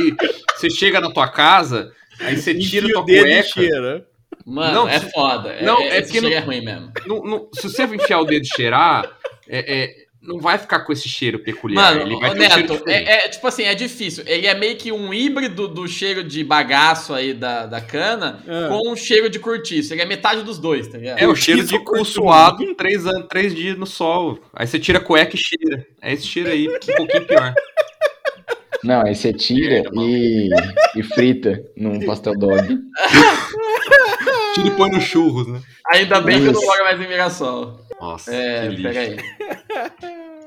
Speaker 5: você chega na tua casa, aí você tira
Speaker 3: Enfia
Speaker 5: tua
Speaker 3: o dedo
Speaker 5: tá
Speaker 3: e né?
Speaker 5: cueca.
Speaker 3: cheira.
Speaker 1: Mano,
Speaker 5: Não,
Speaker 1: é
Speaker 5: se-
Speaker 1: foda. É,
Speaker 5: não,
Speaker 1: é,
Speaker 5: é
Speaker 1: esse
Speaker 5: porque
Speaker 1: cheiro
Speaker 5: não-
Speaker 1: é ruim mesmo.
Speaker 5: Não- não- se você enfiar o dedo e cheirar, é- é, não vai ficar com esse cheiro peculiar.
Speaker 1: Mano,
Speaker 5: Ele vai
Speaker 1: ô,
Speaker 5: ter um cheiro
Speaker 1: Neto,
Speaker 5: diferente.
Speaker 1: é, é, tipo assim, é difícil. Ele é meio que um híbrido do cheiro de bagaço aí da, da cana
Speaker 3: Ah.
Speaker 1: com um cheiro de cortiço. Ele é metade dos dois, tá ligado?
Speaker 5: É o cheiro
Speaker 3: Isso
Speaker 5: de
Speaker 3: eu
Speaker 5: cu
Speaker 3: curto
Speaker 5: suado três, anos, três dias no sol. Aí você tira a cueca e cheira. É esse cheiro aí, um pouquinho pior.
Speaker 2: Não, aí você
Speaker 1: É,
Speaker 2: tira e, e frita num pastel dog.
Speaker 5: Tira e põe no churros, né?
Speaker 1: Ainda bem que eu não
Speaker 2: Isso.
Speaker 1: moro mais em Mirassol.
Speaker 5: Nossa,
Speaker 1: É,
Speaker 5: que lixo.
Speaker 1: peraí.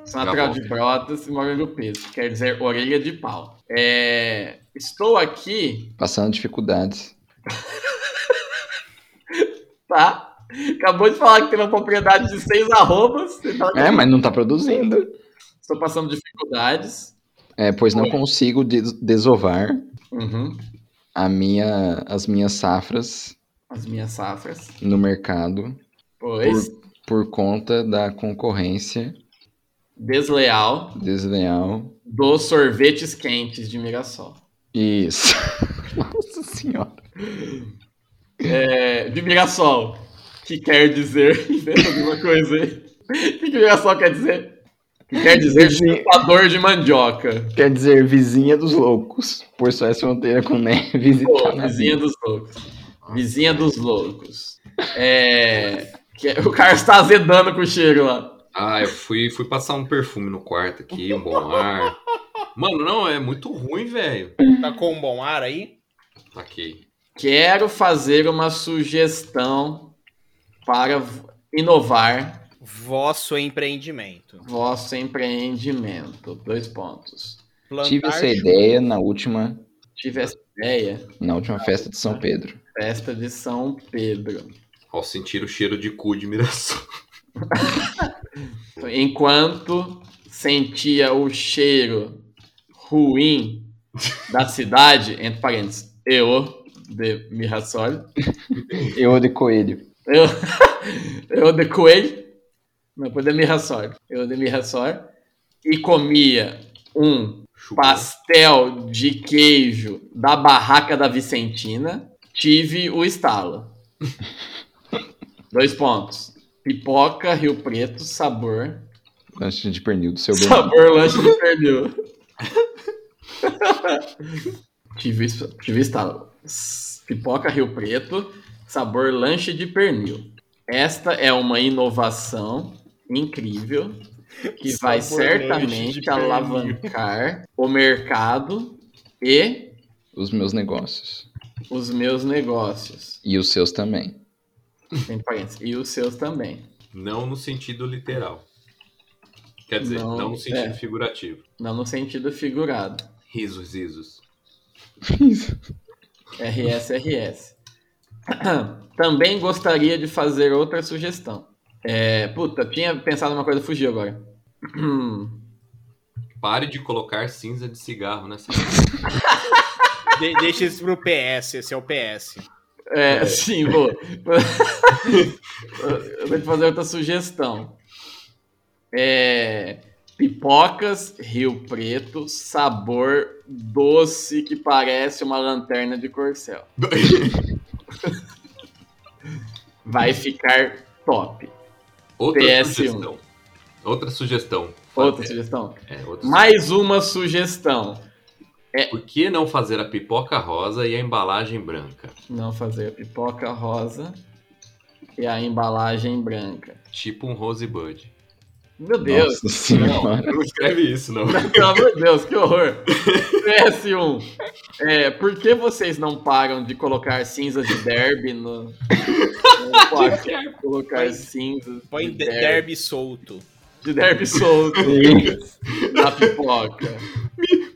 Speaker 1: Sou natural de Brotas e moro em Peso, quer dizer orelha de pau. É, estou aqui,
Speaker 2: Passando dificuldades.
Speaker 1: tá? Acabou de falar que tem uma propriedade de seis arrobas. você fala que
Speaker 2: É, mas não tá produzindo.
Speaker 1: Estou passando dificuldades.
Speaker 2: É, pois não consigo des- desovar
Speaker 1: Uhum.
Speaker 2: a minha, as minhas safras
Speaker 1: As minhas safras.
Speaker 2: no mercado
Speaker 1: Pois,
Speaker 2: por conta da concorrência
Speaker 1: desleal
Speaker 2: desleal.
Speaker 1: dos sorvetes quentes de Mirassol.
Speaker 2: Isso. Nossa senhora.
Speaker 1: É, de Mirassol, que quer dizer. Inventa alguma coisa aí. O que, que Mirassol quer dizer? Que quer dizer
Speaker 2: Vizinho-
Speaker 1: chupador de mandioca.
Speaker 2: Quer dizer, vizinha dos loucos. Por só essa fronteira com neve
Speaker 1: Pô,
Speaker 2: visitar.
Speaker 1: vizinha dos loucos. Vizinha dos loucos. É. que- o Carlos tá azedando com o cheiro lá.
Speaker 5: Ah, eu fui, fui passar um perfume no quarto aqui, um bom ar. Mano, não, é muito ruim, velho.
Speaker 3: Tá com um bom ar aí?
Speaker 5: Aqui.
Speaker 1: Quero fazer uma sugestão para v- inovar
Speaker 3: Vosso empreendimento.
Speaker 1: vosso empreendimento. Dois pontos.
Speaker 3: Plantar
Speaker 2: Tive essa
Speaker 3: chu-
Speaker 2: ideia na última,
Speaker 1: Tive essa ideia,
Speaker 2: na última festa de
Speaker 1: É.
Speaker 2: São Pedro.
Speaker 1: festa de São Pedro.
Speaker 5: Ao sentir o cheiro de cu de Mirassol.
Speaker 1: Enquanto sentia o cheiro ruim da cidade, entre parênteses, eu, de Mirassol,
Speaker 2: Eu de coelho.
Speaker 1: Eu, eu de coelho, não, depois de Mirassol. Eu de Mirassol. E comia um
Speaker 5: Chupa.
Speaker 1: pastel de queijo da barraca da Vicentina. Tive o estalo. Dois pontos. Pipoca, Rio Preto, sabor.
Speaker 2: Lanche de pernil do seu bem.
Speaker 1: Sabor, lanche de pernil. tive, es- tive estalo. S- Pipoca Rio Preto, sabor lanche de pernil. Esta é uma inovação incrível que vai
Speaker 3: Sabor lanche
Speaker 1: certamente
Speaker 3: de pernil.
Speaker 1: alavancar o mercado e
Speaker 2: Os meus negócios.
Speaker 1: os meus negócios.
Speaker 2: E os seus também.
Speaker 1: Entre parênteses, e os seus também.
Speaker 5: Não no sentido literal. Quer dizer,
Speaker 1: Não,
Speaker 5: não, no sentido
Speaker 1: é.
Speaker 5: figurativo.
Speaker 1: Não no sentido figurado.
Speaker 5: Risos, risos.
Speaker 1: RSRS. Também gostaria de fazer outra sugestão. É, puta, tinha pensado numa coisa, fugiu agora.
Speaker 5: Pare de colocar cinza de cigarro nessa.
Speaker 3: De- deixa isso pro PS, esse é o PS.
Speaker 1: É, sim, vou. Eu vou te fazer outra sugestão. É, pipocas, Rio Preto, sabor doce que parece uma lanterna de corcel. Vai ficar top.
Speaker 5: Outra
Speaker 1: PS1.
Speaker 5: sugestão. Outra sugestão.
Speaker 1: Outra
Speaker 5: É,
Speaker 1: sugestão?
Speaker 5: é, outra
Speaker 1: Mais uma sugestão.
Speaker 5: Por que não fazer a pipoca rosa e a embalagem branca?
Speaker 1: Não fazer a pipoca rosa e a embalagem branca.
Speaker 5: Tipo um Rosebud.
Speaker 1: Meu Deus,
Speaker 2: Nossa senhora.
Speaker 5: Não escreve isso, não.
Speaker 1: pelo amor de Deus, que horror. PS1. É, por que vocês não param de colocar cinzas de derby no. no pote? colocar cinzas
Speaker 3: Põe
Speaker 1: de
Speaker 3: de- derby solto.
Speaker 5: de
Speaker 1: Derby solto.
Speaker 2: Na pipoca.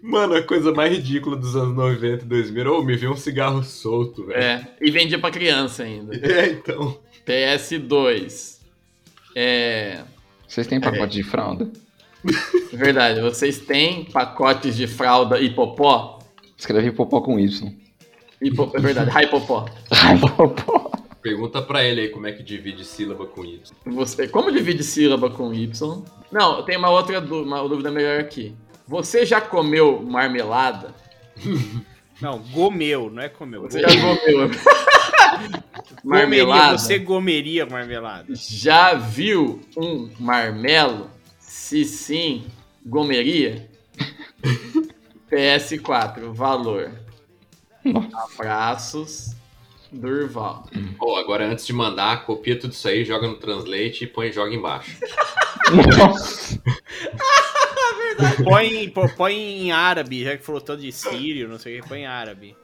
Speaker 5: Mano, a coisa mais ridícula dos anos 90 e 2000. Ô, me vê um cigarro solto, velho.
Speaker 1: É, e vendia pra criança ainda.
Speaker 5: É, então.
Speaker 1: PS2. É.
Speaker 2: Vocês têm pacote de fralda?
Speaker 1: Verdade, vocês têm pacotes de fralda e popó?
Speaker 2: Escreve popó com Y.
Speaker 1: E po- é verdade, raipopó.
Speaker 2: Ai, popó.
Speaker 5: Pergunta pra ele aí como é que divide sílaba com Y.
Speaker 1: Você, como divide sílaba com Y? Não, tem uma outra dú- uma dúvida melhor aqui. Você já comeu marmelada?
Speaker 3: Não, gomeu, não é comeu.
Speaker 1: Você já comeu
Speaker 3: Gomeria,
Speaker 1: marmelada?
Speaker 3: Você gomeria marmelada.
Speaker 1: Já viu um marmelo? Se sim, gomeria? PS4, valor. Abraços, Durval.
Speaker 5: Ó, agora antes de mandar, copia tudo isso aí, joga no Translate e põe joga embaixo.
Speaker 2: Nossa.
Speaker 3: Põe, pô- põe em árabe, já que falou tanto de sírio, não sei o que, põe em árabe.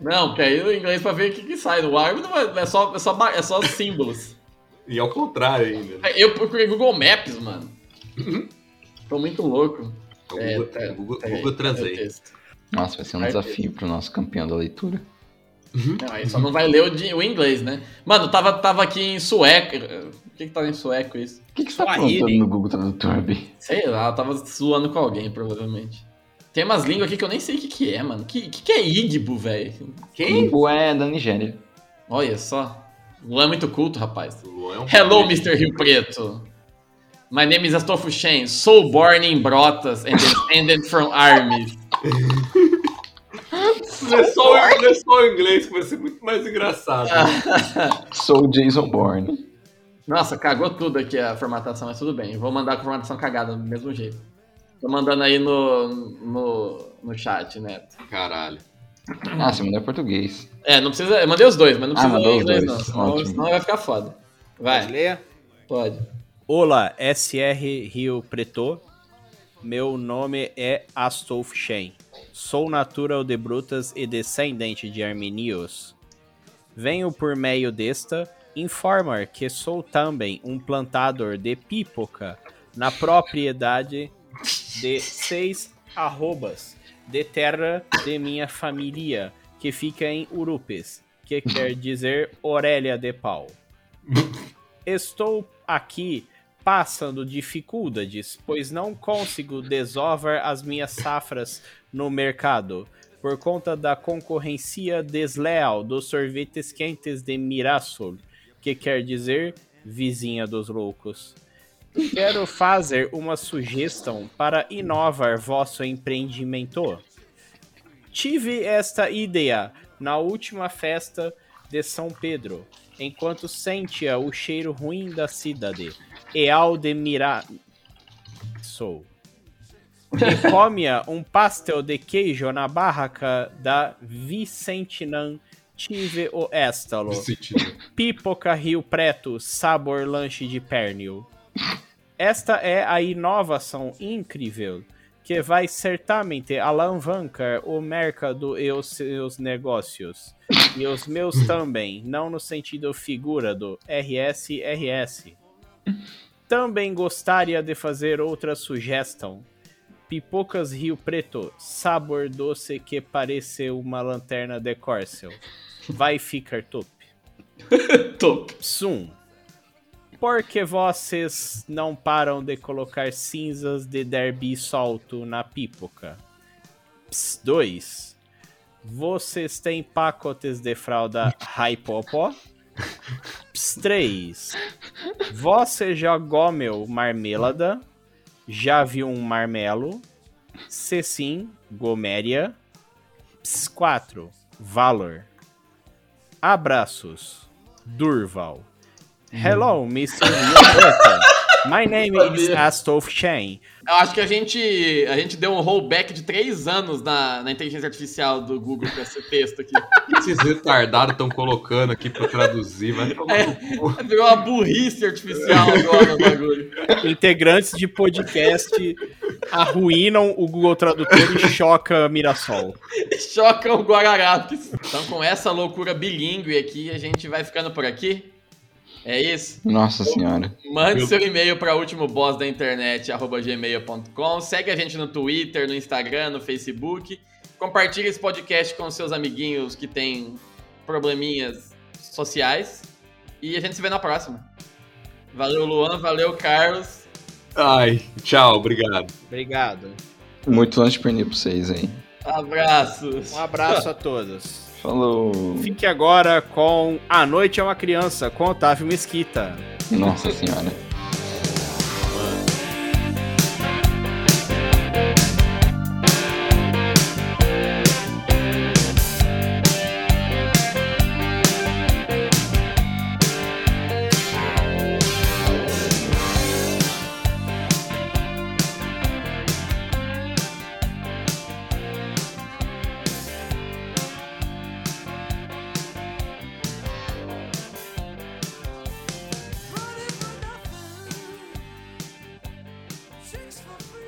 Speaker 1: Não, porque aí no inglês pra ver o que, que sai. O árabe não é, é só, é, só, ba- é só símbolos.
Speaker 5: E ao contrário ainda. né?
Speaker 1: Eu procurei Google Maps, mano. Tô muito louco.
Speaker 5: O Então,
Speaker 1: É,
Speaker 5: Google,
Speaker 1: tá,
Speaker 5: o Google, é
Speaker 1: tá
Speaker 5: o
Speaker 1: aí,
Speaker 5: Google
Speaker 1: meu
Speaker 5: Translate.
Speaker 1: texto.
Speaker 2: Nossa, vai ser um desafio pro nosso campeão da leitura.
Speaker 1: Não, aí só não vai ler o, de- o inglês, né? Mano, tava, tava aqui em sueco. Por que que tava em sueco isso?
Speaker 2: O que, que você tá
Speaker 3: Swahili.
Speaker 2: aprontando no Google Tradutor, Bi?
Speaker 1: Sei lá, eu tava zoando com alguém, provavelmente. Tem umas línguas aqui que eu nem sei o que que é, mano. O que, que que é Igbo, velho? Quem?
Speaker 2: Ué, da Nigéria.
Speaker 1: Olha só. Luan é muito culto, rapaz.
Speaker 5: Luan é um
Speaker 1: Hello,
Speaker 5: cara de-
Speaker 1: Mr. Rio Preto. My name is Astolfo Shen, so born in Brotas and descended from armies.
Speaker 5: Não é, só, o- não é só o inglês que vai ser muito mais engraçado. né?
Speaker 2: Sou o Jason Bourne.
Speaker 1: Nossa, cagou tudo aqui a formatação, mas tudo bem. Vou mandar com formatação cagada do mesmo jeito. Tô mandando aí no, no, no chat, né?
Speaker 5: Caralho.
Speaker 2: Ah, você mandou em português.
Speaker 1: É, não precisa. Eu mandei os dois, mas não
Speaker 2: Ah,
Speaker 1: precisa
Speaker 2: mandou
Speaker 1: ler
Speaker 2: os
Speaker 1: inglês,
Speaker 2: dois.
Speaker 1: não. Senão,
Speaker 2: Ótimo.
Speaker 1: senão vai ficar foda.
Speaker 3: Pode
Speaker 1: Vai,
Speaker 3: ler?
Speaker 1: pode.
Speaker 3: Olá, SR Rio Preto. Meu nome é Astolf Shen. Sou natural de Brutas e descendente de armenios. Venho por meio desta informar que sou também um plantador de pipoca na propriedade de seis arrobas de terra de minha família, que fica em Urupes, que quer dizer orelha de pau. Estou aqui passando dificuldades, pois não consigo desovar as minhas safras no mercado por conta da concorrência desleal dos sorvetes quentes de Mirassol, que quer dizer vizinha dos loucos. Quero fazer uma sugestão para inovar vosso empreendimento. Tive esta ideia na última festa de São Pedro, enquanto sentia o cheiro ruim da cidade. Eal de Mira... Sou. E comia um pastel de queijo na barraca da Vicentinan. Tive o estalo. Pipoca Rio Preto, sabor lanche de pernil. Esta é a inovação incrível que vai certamente alavancar o mercado e os seus negócios. E os meus também, não no sentido figura do RSRS. Também gostaria de fazer outra sugestão. Pipocas Rio Preto, sabor doce que parece uma lanterna de corcel. Vai ficar top.
Speaker 1: Top.
Speaker 3: Zoom. Por que vocês não param de colocar cinzas de derby solto na pipoca? 2. Vocês têm pacotes de fralda Raipopó? 3. Você já gomeu marmelada? Já viu um marmelo? Se sim, goméria? 4. Valor. Abraços. Durval. Hello, Mr. Yogurta. My name is
Speaker 1: Sabia.
Speaker 3: Astolf Chen.
Speaker 1: Eu acho que a gente, a gente deu um rollback de três anos na, na inteligência artificial do Google com esse texto aqui.
Speaker 5: O que esses retardados estão colocando aqui pra traduzir? Vai tomar
Speaker 1: É.
Speaker 5: no cu.
Speaker 1: Virou uma burrice artificial agora o bagulho.
Speaker 3: Integrantes de podcast arruinam o Google Tradutor e choca Mirassol.
Speaker 1: Chocam o Guararapes. Então, com essa loucura bilíngue aqui, a gente vai ficando por aqui. É isso?
Speaker 2: Nossa senhora.
Speaker 1: Mande seu e-mail para último boss da internet, gmail.com. Segue a gente no Twitter, no Instagram, no Facebook. Compartilhe esse podcast com seus amiguinhos que têm probleminhas sociais. E a gente se vê na próxima. Valeu, Luan. Valeu, Carlos.
Speaker 5: Ai, tchau, obrigado.
Speaker 3: Obrigado.
Speaker 2: Muito lanche pernil pra vocês aí.
Speaker 1: Abraços.
Speaker 3: Um abraço a todos.
Speaker 2: Falou.
Speaker 3: Fique agora com A Noite é uma Criança, com Otávio Mesquita.
Speaker 2: Nossa senhora.
Speaker 7: Running for nothing, chicks for free.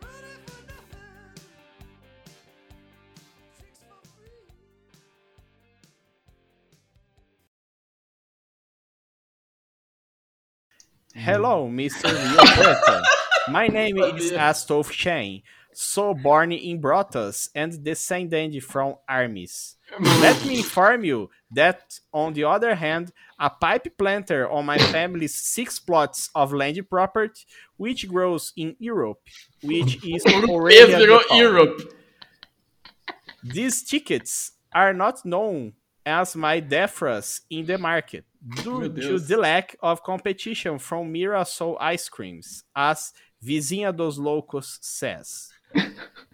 Speaker 7: Running for nothing, chicks for free.
Speaker 3: Hello, Mr. Miyokota. My name is Astolf Shane, so born in Brotas and descended from armies. Let me inform you that, on the other hand, a pipe planter on my family's six plots of land property, which grows in Europe, which is already a
Speaker 1: Pedro
Speaker 3: default.
Speaker 1: Europe.
Speaker 3: These tickets are not known as my defras in the market due to the lack of competition from Mirasol ice creams, as Vizinha dos Loucos says.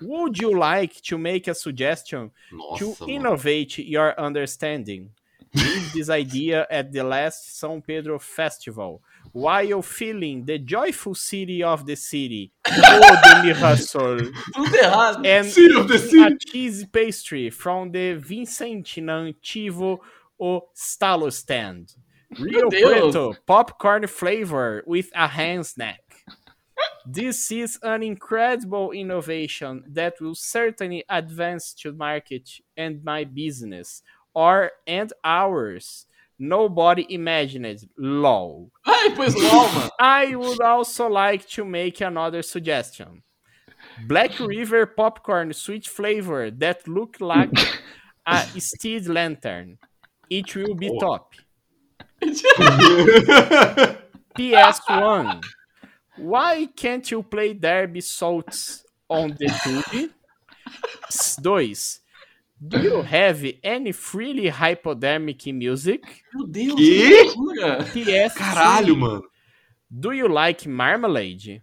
Speaker 3: Would you like to make a suggestion to
Speaker 5: Nossa, mano.
Speaker 3: innovate your understanding? Give this idea at the last São Pedro Festival while feeling the joyful city of the city. Oh, the Mirasol!
Speaker 1: Tudo errado.
Speaker 3: and
Speaker 5: City of the
Speaker 3: eating a cheese pastry from the Vicentina Antivo o Stalo stand. Rio
Speaker 1: Deus.
Speaker 3: Preto popcorn flavor with a hand snack. This is an incredible innovation that will certainly advance to market and my business or and ours. Nobody imagined. Lol.
Speaker 1: Ai, pois LOL, mano.
Speaker 3: I would also like to make another suggestion. Black River popcorn sweet flavor that look like a steed lantern. It will be top. PS1. Why can't you play Derby Salts on the tube? 2. Do you have any freely hypodermic music?
Speaker 1: Meu Deus,
Speaker 5: Que?
Speaker 1: que loucura.
Speaker 3: PS2.
Speaker 5: Caralho, mano.
Speaker 3: Do you like marmalade?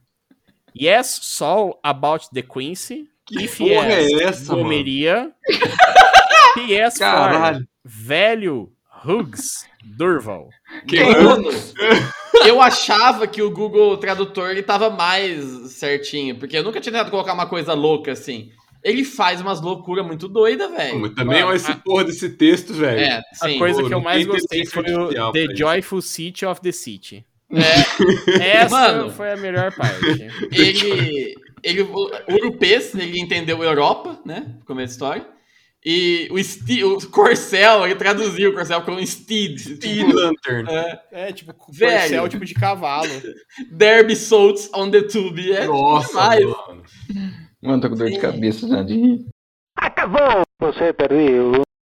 Speaker 3: Yes, Sol about the Quincy.
Speaker 5: Que
Speaker 3: If
Speaker 5: porra
Speaker 3: yes,
Speaker 5: é essa, mano?
Speaker 3: Gomeria. PS4.
Speaker 5: Caralho.
Speaker 3: Velho Hugs Durval.
Speaker 5: Que
Speaker 1: Mano, eu achava que o Google Tradutor ele tava mais certinho, porque eu nunca tinha tentado colocar uma coisa louca assim. Ele faz umas loucuras muito doidas, velho.
Speaker 5: Mas também olha esse porra desse texto, velho.
Speaker 1: É,
Speaker 3: A
Speaker 1: sim.
Speaker 3: coisa
Speaker 5: Pô,
Speaker 3: que eu
Speaker 5: não
Speaker 3: mais
Speaker 5: tem
Speaker 3: gostei foi
Speaker 5: inteligência
Speaker 3: o
Speaker 5: artificial pra
Speaker 3: The
Speaker 5: isso.
Speaker 3: Joyful City of the City.
Speaker 1: É,
Speaker 3: Essa
Speaker 1: Mano.
Speaker 3: foi a melhor parte.
Speaker 1: ele, ele, o Urupês, ele entendeu Europa, né? Como é a história. E o, Ste- o Corcel, ele traduziu o Corcel como Steed.
Speaker 5: Tea
Speaker 1: tipo,
Speaker 5: Lantern.
Speaker 1: é,
Speaker 3: É, tipo, o
Speaker 1: Velho.
Speaker 3: Corcel, tipo de cavalo.
Speaker 1: Derby Salts on the Tube. É
Speaker 5: Nossa,
Speaker 1: demais.
Speaker 5: mano.
Speaker 2: Mano, tô com dor de cabeça já de rir.
Speaker 8: Você perdeu.